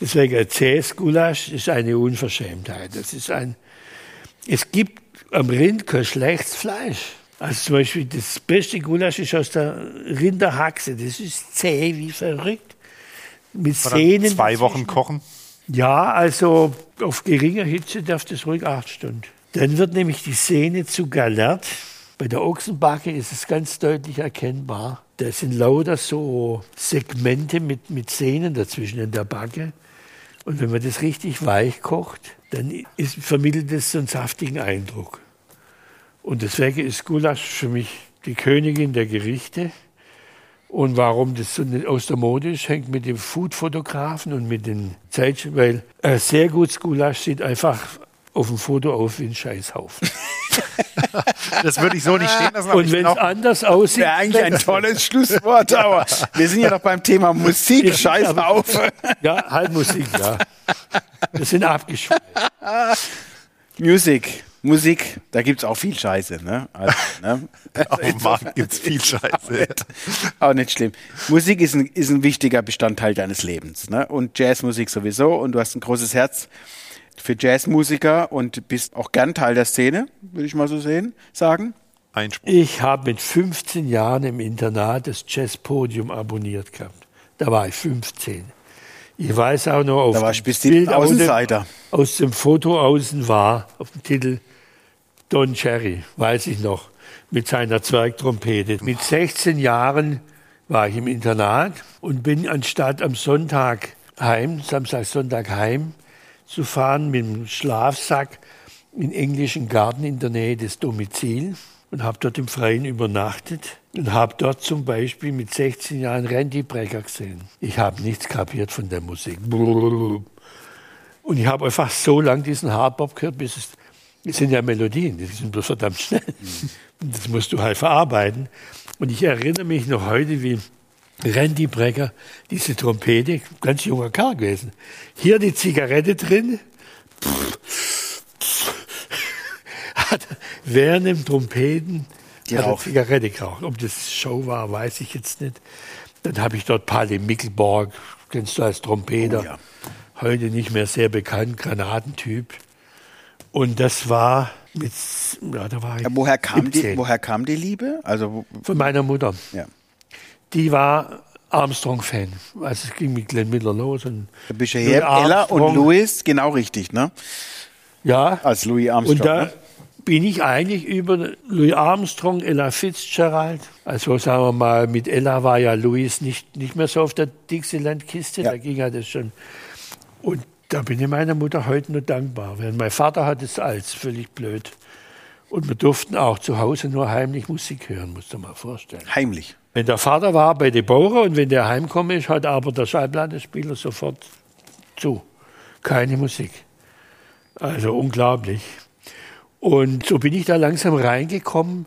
[SPEAKER 4] Deswegen ein zähes Gulasch ist eine Unverschämtheit. Das ist ein es gibt am Rind kein schlechtes Fleisch. Also zum Beispiel das beste Gulasch ist aus der Rinderhaxe. Das ist zäh wie verrückt. Mit
[SPEAKER 3] Oder
[SPEAKER 4] Sehnen.
[SPEAKER 3] Zwei Wochen kochen.
[SPEAKER 4] Ja, also auf geringer Hitze darf das ruhig acht Stunden. Dann wird nämlich die Szene zu Galert. Bei der Ochsenbacke ist es ganz deutlich erkennbar. Da sind lauter so Segmente mit, mit Sehnen dazwischen in der Backe. Und wenn man das richtig weich kocht, dann ist, vermittelt es so einen saftigen Eindruck. Und deswegen ist Gulasch für mich die Königin der Gerichte. Und warum das so nicht aus der Mode ist, hängt mit dem Food-Fotografen und mit den Zeitschriften, weil äh, sehr gutes Gulasch sieht einfach auf dem Foto auf wie ein Scheißhaufen.
[SPEAKER 3] Das würde ich so nicht stehen lassen. aber
[SPEAKER 4] und
[SPEAKER 3] ich
[SPEAKER 4] wenn
[SPEAKER 3] bin
[SPEAKER 4] es
[SPEAKER 3] auch-
[SPEAKER 4] anders aussieht,
[SPEAKER 2] Wäre eigentlich ein tolles Schlusswort, aber wir sind ja noch beim Thema Musik. Scheiß auf.
[SPEAKER 4] ja, Halbmusik, ja. Wir sind abgeschweift.
[SPEAKER 2] Music. Musik, da gibt es auch viel Scheiße, ne? Also, ne?
[SPEAKER 3] Auf dem Markt oh gibt's viel Scheiße.
[SPEAKER 2] Auch nicht schlimm. Musik ist ein, ist ein wichtiger Bestandteil deines Lebens. Ne? Und Jazzmusik sowieso. Und du hast ein großes Herz für Jazzmusiker und bist auch gern Teil der Szene, würde ich mal so sehen, sagen.
[SPEAKER 3] Einspruch.
[SPEAKER 4] Ich habe mit 15 Jahren im Internat das Jazzpodium abonniert gehabt. Da war ich 15. Ich weiß auch noch, auf
[SPEAKER 2] Da war
[SPEAKER 4] dem
[SPEAKER 2] ich bis die Außenseiter.
[SPEAKER 4] Aus dem, aus dem Foto außen war, auf dem Titel Don Cherry, weiß ich noch, mit seiner Zwergtrompete. Mit 16 Jahren war ich im Internat und bin anstatt am Sonntag heim, Samstag, Sonntag heim zu fahren mit dem Schlafsack in den englischen Garten in der Nähe des Domizils und habe dort im Freien übernachtet und habe dort zum Beispiel mit 16 Jahren Randy Brecker gesehen. Ich habe nichts kapiert von der Musik. Und ich habe einfach so lange diesen Hardbop gehört, bis es. Das sind ja Melodien, die sind bloß verdammt schnell.
[SPEAKER 2] Mhm.
[SPEAKER 4] Und das musst du halt verarbeiten. Und ich erinnere mich noch heute, wie Randy Brecker diese Trompete, ganz junger Kerl gewesen, hier die Zigarette drin, hat während dem Trompeten
[SPEAKER 2] Die
[SPEAKER 4] hat er
[SPEAKER 2] raucht.
[SPEAKER 4] Zigarette geraucht. Ob das Show war, weiß ich jetzt nicht. Dann habe ich dort Palle Mickelborg, kennst du als Trompeter,
[SPEAKER 2] Oh ja.
[SPEAKER 4] heute nicht mehr sehr bekannt, Granatentyp. Und das war mit, ja, da war ich.
[SPEAKER 2] Ja, woher, kam die,
[SPEAKER 4] 17.
[SPEAKER 2] woher kam die Liebe? Also,
[SPEAKER 4] Von meiner Mutter.
[SPEAKER 2] ja.
[SPEAKER 4] Die war Armstrong-Fan. Also es ging mit Glenn Miller los. Und
[SPEAKER 2] Da bist du
[SPEAKER 4] Louis
[SPEAKER 2] her. Ella und
[SPEAKER 4] Armstrong.
[SPEAKER 2] Louis, genau richtig, ne?
[SPEAKER 4] Ja.
[SPEAKER 2] Als Louis Armstrong.
[SPEAKER 4] Und da
[SPEAKER 2] ne?
[SPEAKER 4] bin ich eigentlich über Louis Armstrong, Ella Fitzgerald. Also sagen wir mal, mit Ella war ja Louis nicht, nicht mehr so auf der Dixieland-Kiste,
[SPEAKER 2] Ja.
[SPEAKER 4] da ging ja das schon. Und da bin ich meiner Mutter heute nur dankbar. Weil mein Vater hat es als völlig blöd. Und wir durften auch zu Hause nur heimlich Musik hören, musst du dir mal vorstellen.
[SPEAKER 2] Heimlich.
[SPEAKER 4] Wenn der Vater war bei den Bauern und wenn der heimgekommen ist, hat aber der Schallplattenspieler sofort zu. Keine Musik. Also unglaublich. Und so bin ich da langsam reingekommen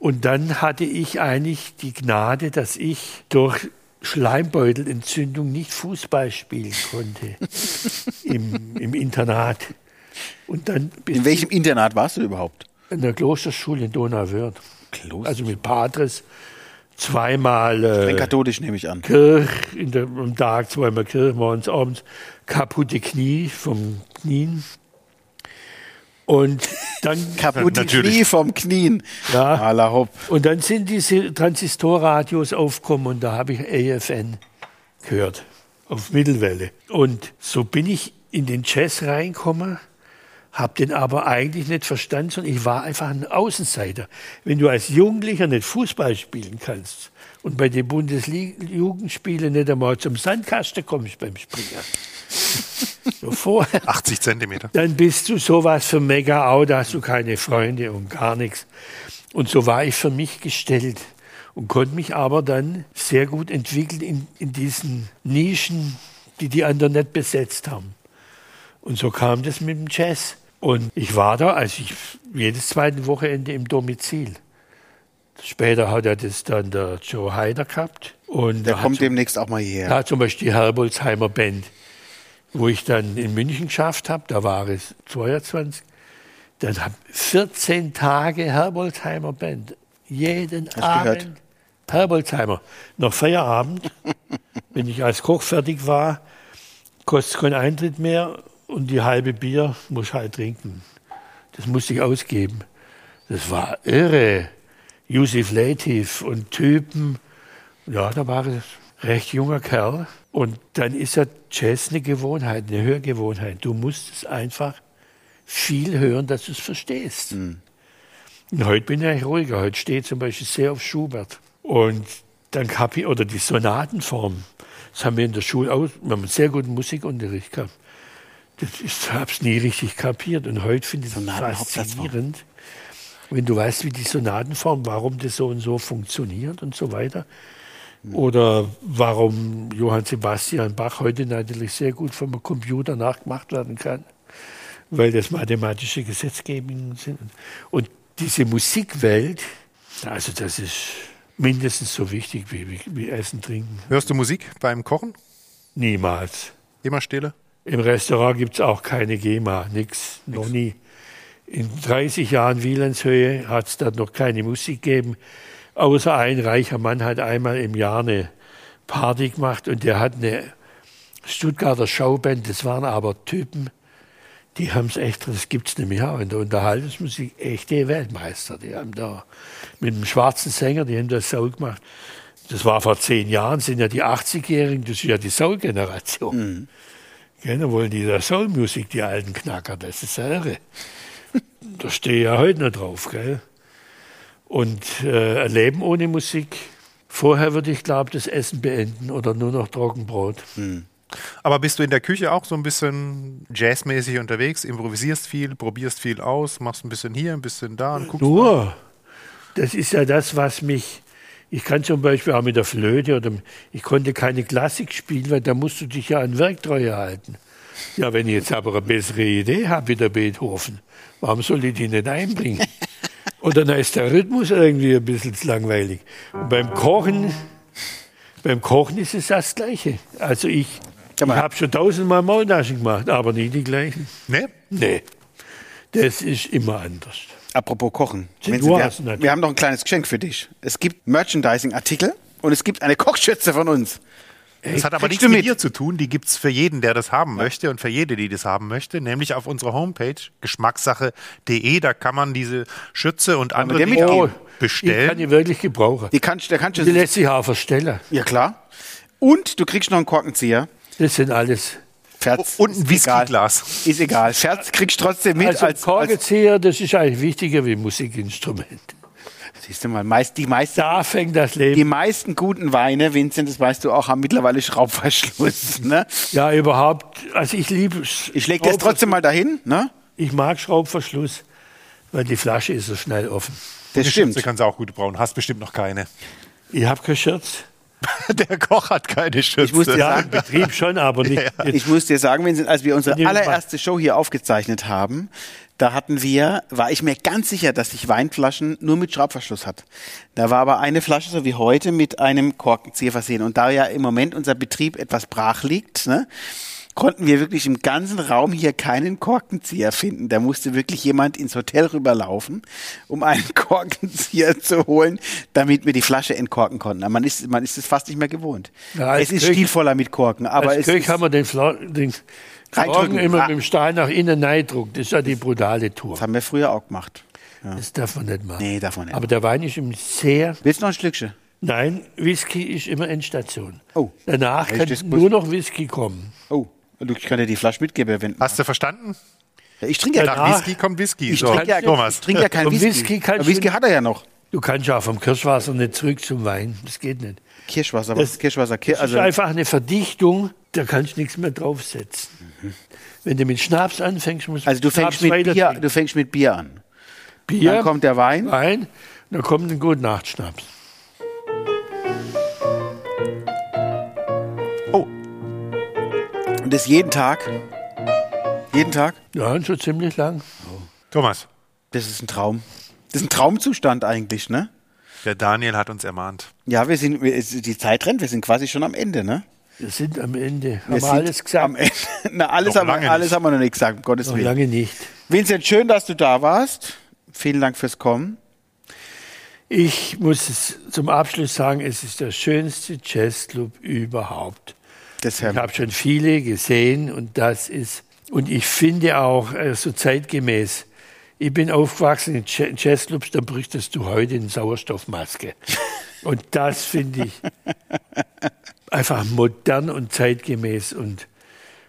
[SPEAKER 4] und dann hatte ich eigentlich die Gnade, dass ich durch Schleimbeutelentzündung nicht Fußball spielen konnte im, im Internat. Und dann bis
[SPEAKER 2] In welchem Internat warst du überhaupt?
[SPEAKER 4] in der Klosterschule in Donauwörth.
[SPEAKER 2] Kloster.
[SPEAKER 4] Also mit Patres zweimal
[SPEAKER 2] Ein
[SPEAKER 4] äh,
[SPEAKER 2] katholisch nehme ich an.
[SPEAKER 4] Kirch, in der, am Tag zweimal Kirch, morgens, abends, kaputte Knie vom Knien. Und dann,
[SPEAKER 2] Kaputt die
[SPEAKER 3] Natürlich.
[SPEAKER 2] Knie vom Knien.
[SPEAKER 4] Ja.
[SPEAKER 2] Ala hopp.
[SPEAKER 4] und dann sind diese Transistorradios aufgekommen und da habe ich AFN gehört, auf Mittelwelle. Und so bin ich in den Jazz reingekommen, habe den aber eigentlich nicht verstanden, sondern ich war einfach ein Außenseiter. Wenn du als Jugendlicher nicht Fußball spielen kannst und bei den Bundesjugendspielen nicht einmal zum Sandkasten kommst beim Springer, so vorher
[SPEAKER 3] 80 Zentimeter.
[SPEAKER 4] dann bist du sowas für mega au, da hast du keine Freunde und gar nichts. Und so war ich für mich gestellt und konnte mich aber dann sehr gut entwickeln in, in diesen Nischen, die die anderen nicht besetzt haben. Und so kam das mit dem Jazz. Und ich war da, also ich jedes zweite Wochenende im Domizil. Später hat er das dann der Joe Heider gehabt. Und
[SPEAKER 2] Der
[SPEAKER 4] da hat
[SPEAKER 2] kommt
[SPEAKER 4] so-
[SPEAKER 2] demnächst auch mal hierher.
[SPEAKER 4] ja, zum Beispiel die Herbolzheimer Band, wo ich dann in München geschafft habe, da war es 22, dann habe 14 Tage Herbolzheimer Band, jeden Abend
[SPEAKER 2] gehört.
[SPEAKER 4] Herbolzheimer. Nach Feierabend, wenn ich als Koch fertig war, kostet keinen Eintritt mehr und die halbe Bier muss halt trinken. Das musste ich ausgeben. Das war irre. Yusuf Latif und Typen. Ja, da war es recht junger Kerl. Und dann ist ja Jazz eine Gewohnheit, eine Hörgewohnheit. Du musst es einfach viel hören, dass du es verstehst. Und heute bin ich eigentlich ruhiger. Heute stehe ich zum Beispiel sehr auf Schubert. Und dann habe ich, oder die Sonatenform, das haben wir in der Schule aus, wir haben einen sehr guten Musikunterricht gehabt. Das ist- habe es nie richtig kapiert. Und heute finde ich es
[SPEAKER 2] Sonatenhauptsatzform.
[SPEAKER 4] faszinierend, wenn du weißt, wie die Sonatenform, warum das so und so funktioniert und so weiter. Oder warum Johann Sebastian Bach heute natürlich sehr gut vom Computer nachgemacht werden kann weil das mathematische Gesetzgebungen sind. Und diese Musikwelt, also das ist mindestens so wichtig wie, wie, wie Essen, Trinken.
[SPEAKER 3] Hörst du Musik beim Kochen?
[SPEAKER 4] Niemals.
[SPEAKER 3] Immer Stille?
[SPEAKER 4] Im Restaurant gibt es auch keine GEMA, nix, noch nie. In 30 Jahren Wielandshöhe hat es da noch keine Musik gegeben, außer ein reicher Mann hat einmal im Jahr eine Party gemacht und der hat eine Stuttgarter Schauband, das waren aber Typen, die haben es echt, das gibt es nämlich auch in der Unterhaltungsmusik, echte Weltmeister. Die haben da mit einem schwarzen Sänger, die haben das Soul gemacht. Das war vor zehn Jahren, sind ja die 80-Jährigen, das ist ja die Soul-Generation. Ja, dann wollen die da Soul Music, die alten Knacker, das ist ja irre. Da stehe ich ja heute noch drauf, gell? Und äh, ein Leben ohne Musik. Vorher würde ich, glaube das Essen beenden oder nur noch Trockenbrot.
[SPEAKER 3] Aber bist du in der Küche auch so ein bisschen jazzmäßig unterwegs, improvisierst viel, probierst viel aus, machst ein bisschen hier, ein bisschen da und guckst.
[SPEAKER 4] Nur, das ist ja das, was mich. Ich kann zum Beispiel auch mit der Flöte oder ich konnte keine Klassik spielen, weil da musst du dich ja an Werktreue halten. Ja, wenn ich jetzt aber eine bessere Idee habe wie der Beethoven, warum soll ich die nicht einbringen? Oder dann ist der Rhythmus irgendwie ein bisschen zu langweilig. Und beim Kochen, beim Kochen ist es das Gleiche. Also ich, ich
[SPEAKER 2] Kann man-
[SPEAKER 4] habe schon tausendmal Maultaschen gemacht, aber nie die gleichen.
[SPEAKER 3] Nee?
[SPEAKER 4] Nee, das ist immer anders.
[SPEAKER 2] Apropos Kochen.
[SPEAKER 4] Du
[SPEAKER 2] Wenn Sie- wir,
[SPEAKER 4] hast nicht.
[SPEAKER 2] wir haben noch ein kleines Geschenk für dich. Es gibt Merchandising-Artikel und es gibt eine Kochschürze von uns.
[SPEAKER 3] Das hat aber
[SPEAKER 2] kriegst
[SPEAKER 3] nichts
[SPEAKER 2] du
[SPEAKER 3] mit
[SPEAKER 2] mit.
[SPEAKER 3] dir zu tun. Die gibt's für jeden, der das haben möchte und für jede, die das haben möchte, nämlich auf unserer Homepage geschmackssache.de. Da kann man diese Schürze und andere
[SPEAKER 2] der
[SPEAKER 3] Dinge
[SPEAKER 2] mitgehen?
[SPEAKER 3] auch
[SPEAKER 4] Oh, Ich kann
[SPEAKER 3] bestellen.
[SPEAKER 4] die wirklich gebrauchen.
[SPEAKER 2] Die kannst, da kannst
[SPEAKER 4] Die
[SPEAKER 2] du,
[SPEAKER 4] lässt sich auch verstellen.
[SPEAKER 2] ja klar. Und du kriegst noch einen Korkenzieher.
[SPEAKER 4] Das sind alles.
[SPEAKER 2] Ferz.
[SPEAKER 3] Und ein
[SPEAKER 2] Ist egal.
[SPEAKER 3] Whiskyglas.
[SPEAKER 2] Ist egal. Ferz kriegst trotzdem mit
[SPEAKER 4] Also
[SPEAKER 2] als, als
[SPEAKER 4] Korkenzieher, das ist eigentlich wichtiger wie Musikinstrument.
[SPEAKER 2] siehst du mal, meist, die meisten
[SPEAKER 4] Da fängt das
[SPEAKER 2] Die
[SPEAKER 4] Leben.
[SPEAKER 2] meisten guten Weine, Vincent, das weißt du auch, haben mittlerweile Schraubverschluss. Ne?
[SPEAKER 4] Ja, überhaupt. Also ich liebe. Sch-
[SPEAKER 2] Ich lege das trotzdem mal dahin. Ne?
[SPEAKER 4] Ich mag Schraubverschluss, weil die Flasche ist so schnell offen.
[SPEAKER 2] Das
[SPEAKER 3] Die
[SPEAKER 2] stimmt.
[SPEAKER 3] Schürze kannst du auch gut brauen. Hast bestimmt noch keine.
[SPEAKER 4] Ich habe keinen Scherz.
[SPEAKER 3] Der Koch hat keine Schürze.
[SPEAKER 2] muss dir
[SPEAKER 4] Ja, im Betrieb schon, aber nicht. Jetzt,
[SPEAKER 2] Ich muss dir sagen, Vincent, als wir unsere
[SPEAKER 4] Nehmen wir mal.
[SPEAKER 2] allererste Show hier aufgezeichnet haben, da hatten wir, war ich mir ganz sicher, dass ich Weinflaschen nur mit Schraubverschluss hat. Da war aber eine Flasche, so wie heute, mit einem Korkenzieher versehen. Und da ja im Moment unser Betrieb etwas brach liegt, ne, konnten wir wirklich im ganzen Raum hier keinen Korkenzieher finden. Da musste wirklich jemand ins Hotel rüberlaufen, um einen Korkenzieher zu holen, damit wir die Flasche entkorken konnten. Aber man ist, man ist es fast nicht mehr gewohnt.
[SPEAKER 4] Ja, als
[SPEAKER 2] es ist
[SPEAKER 4] Köch-
[SPEAKER 2] stilvoller mit Korken, aber
[SPEAKER 4] als
[SPEAKER 2] es
[SPEAKER 4] Köch
[SPEAKER 2] ist,
[SPEAKER 4] haben wir den, Fla den
[SPEAKER 2] Reindrücken.
[SPEAKER 4] Korken immer
[SPEAKER 2] Ah.
[SPEAKER 4] mit dem Stein nach innen neidruckt. Das ist ja die brutale Tour.
[SPEAKER 2] das haben wir früher auch gemacht.
[SPEAKER 4] Das darf man nicht machen.
[SPEAKER 2] Nee, darf man nicht.
[SPEAKER 4] Aber der Wein ist ihm sehr
[SPEAKER 2] Willst du noch ein Stückchen?
[SPEAKER 4] Nein, Whisky ist immer Endstation.
[SPEAKER 2] Oh.
[SPEAKER 4] Danach
[SPEAKER 2] Echt,
[SPEAKER 4] kann
[SPEAKER 2] das muss-
[SPEAKER 4] nur noch Whisky kommen.
[SPEAKER 2] Oh, du, ich kann dir die Flasche mitgeben, wenn.
[SPEAKER 3] Hast du verstanden?
[SPEAKER 2] Ich trinke ja,
[SPEAKER 4] Ja,
[SPEAKER 2] gar-
[SPEAKER 3] Nach
[SPEAKER 4] Ah.
[SPEAKER 3] Whisky kommt Whisky.
[SPEAKER 2] ich trinke ja, ich
[SPEAKER 3] Thomas.
[SPEAKER 2] trinke ja keinen
[SPEAKER 4] Vom
[SPEAKER 2] Whisky.
[SPEAKER 4] Whisky kannst
[SPEAKER 2] Aber Whisky
[SPEAKER 4] du-
[SPEAKER 2] hat er ja noch.
[SPEAKER 4] Du kannst ja auch vom Kirschwasser nicht zurück zum Wein. Das geht nicht.
[SPEAKER 2] Kirschwasser, was ist Kirschwasser? Kir
[SPEAKER 4] Das
[SPEAKER 2] also,
[SPEAKER 4] ist einfach eine Verdichtung, da kannst du nichts mehr draufsetzen. Wenn du mit Schnaps anfängst, musst
[SPEAKER 2] Mhm. also du
[SPEAKER 4] Schnaps
[SPEAKER 2] fängst mit
[SPEAKER 4] weiter
[SPEAKER 2] Bier,
[SPEAKER 4] trinken.
[SPEAKER 2] du fängst mit Bier an.
[SPEAKER 4] Bier,
[SPEAKER 2] Dann kommt der Wein.
[SPEAKER 4] Wein, dann kommt ein Gutnachtschnaps.
[SPEAKER 2] Oh. Und das jeden Tag. Jeden Tag.
[SPEAKER 4] Ja, und schon ziemlich lang.
[SPEAKER 3] Thomas,
[SPEAKER 2] Das ist ein Traum. Das ist ein Traumzustand eigentlich, ne?
[SPEAKER 3] der Daniel hat uns ermahnt.
[SPEAKER 2] Ja, wir sind, wir, es- die Zeit rennt, wir sind quasi schon am Ende, ne?
[SPEAKER 4] Wir sind am Ende. Haben
[SPEAKER 2] Wir
[SPEAKER 4] wir
[SPEAKER 2] sind
[SPEAKER 4] alles gesagt?
[SPEAKER 2] Am Ende. Na, alles,
[SPEAKER 3] Noch
[SPEAKER 2] haben, wir-
[SPEAKER 3] lange
[SPEAKER 2] alles
[SPEAKER 3] nicht.
[SPEAKER 2] haben wir noch nicht gesagt, um Gottes
[SPEAKER 4] Noch
[SPEAKER 2] Willen.
[SPEAKER 4] lange nicht.
[SPEAKER 2] Vincent, schön, dass du da warst. Vielen Dank fürs Kommen.
[SPEAKER 4] Ich muss es zum Abschluss sagen, es ist der schönste Jazzclub überhaupt.
[SPEAKER 2] Das hören
[SPEAKER 4] Ich habe schon viele gesehen und das ist, und ich finde auch äh, so zeitgemäß, ich bin aufgewachsen in Ja- Jazzclubs, da bräuchtest du heute eine Sauerstoffmaske. Und das finde ich einfach modern und zeitgemäß und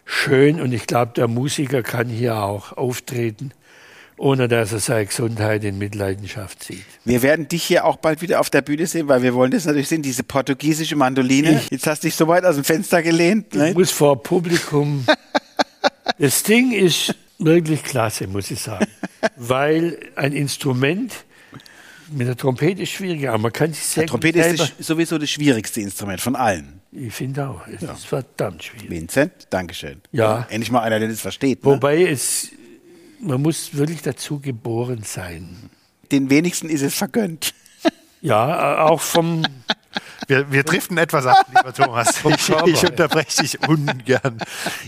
[SPEAKER 4] schön und ich glaube, der Musiker kann hier auch auftreten, ohne dass er seine Gesundheit in Mitleidenschaft zieht.
[SPEAKER 2] Wir werden dich hier auch bald wieder auf der Bühne sehen, weil wir wollen das natürlich sehen, diese portugiesische Mandoline. Jetzt hast du dich so weit aus dem Fenster gelehnt.
[SPEAKER 4] Ich
[SPEAKER 2] Ne?
[SPEAKER 4] muss vor Publikum. das Ding ist wirklich klasse, muss ich sagen. Weil ein Instrument mit der Trompete ist schwieriger, aber man kann sich sehr
[SPEAKER 2] Trompete
[SPEAKER 4] gut
[SPEAKER 2] ist
[SPEAKER 4] selber.
[SPEAKER 2] das, sowieso das schwierigste Instrument von allen.
[SPEAKER 4] Ich finde auch, es ist verdammt schwierig.
[SPEAKER 2] Vincent, Dankeschön.
[SPEAKER 4] Ja.
[SPEAKER 2] Endlich mal einer, der das versteht. Ne?
[SPEAKER 4] Wobei es, man muss wirklich dazu geboren sein.
[SPEAKER 2] Den wenigsten ist es vergönnt.
[SPEAKER 4] Ja, äh, auch vom,
[SPEAKER 3] Wir, wir driften etwas ab, lieber Thomas. Ich,
[SPEAKER 4] Körper.
[SPEAKER 3] ich unterbreche dich ungern.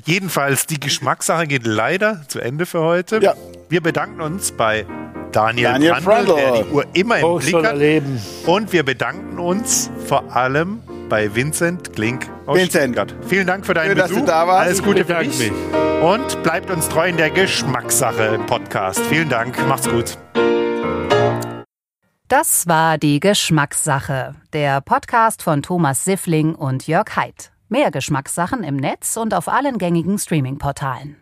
[SPEAKER 3] Jedenfalls, die Geschmackssache geht leider zu Ende für heute.
[SPEAKER 2] Ja.
[SPEAKER 3] Wir bedanken uns bei Daniel,
[SPEAKER 2] Daniel
[SPEAKER 3] Brandl, der
[SPEAKER 2] Brandl. Oh,
[SPEAKER 3] die Uhr immer im
[SPEAKER 4] Hoch soll
[SPEAKER 3] Blick
[SPEAKER 4] er
[SPEAKER 3] hat.
[SPEAKER 4] leben.
[SPEAKER 3] Und wir bedanken uns vor allem bei Vincent Klink aus
[SPEAKER 2] Vincent.
[SPEAKER 3] Stuttgart. Vielen Dank für deinen
[SPEAKER 2] Schön, dass
[SPEAKER 3] Besuch.
[SPEAKER 2] du da warst.
[SPEAKER 3] Alles
[SPEAKER 4] Ich
[SPEAKER 3] Gute für
[SPEAKER 4] bedanke
[SPEAKER 3] dich.
[SPEAKER 4] mich.
[SPEAKER 3] Und bleibt uns treu in der Geschmackssache im Podcast. Vielen Dank. Macht's gut.
[SPEAKER 1] Das war die Geschmackssache, der Podcast von Thomas Siffling und Jörg Haidt. Mehr Geschmackssachen im Netz und auf allen gängigen Streaming-Portalen.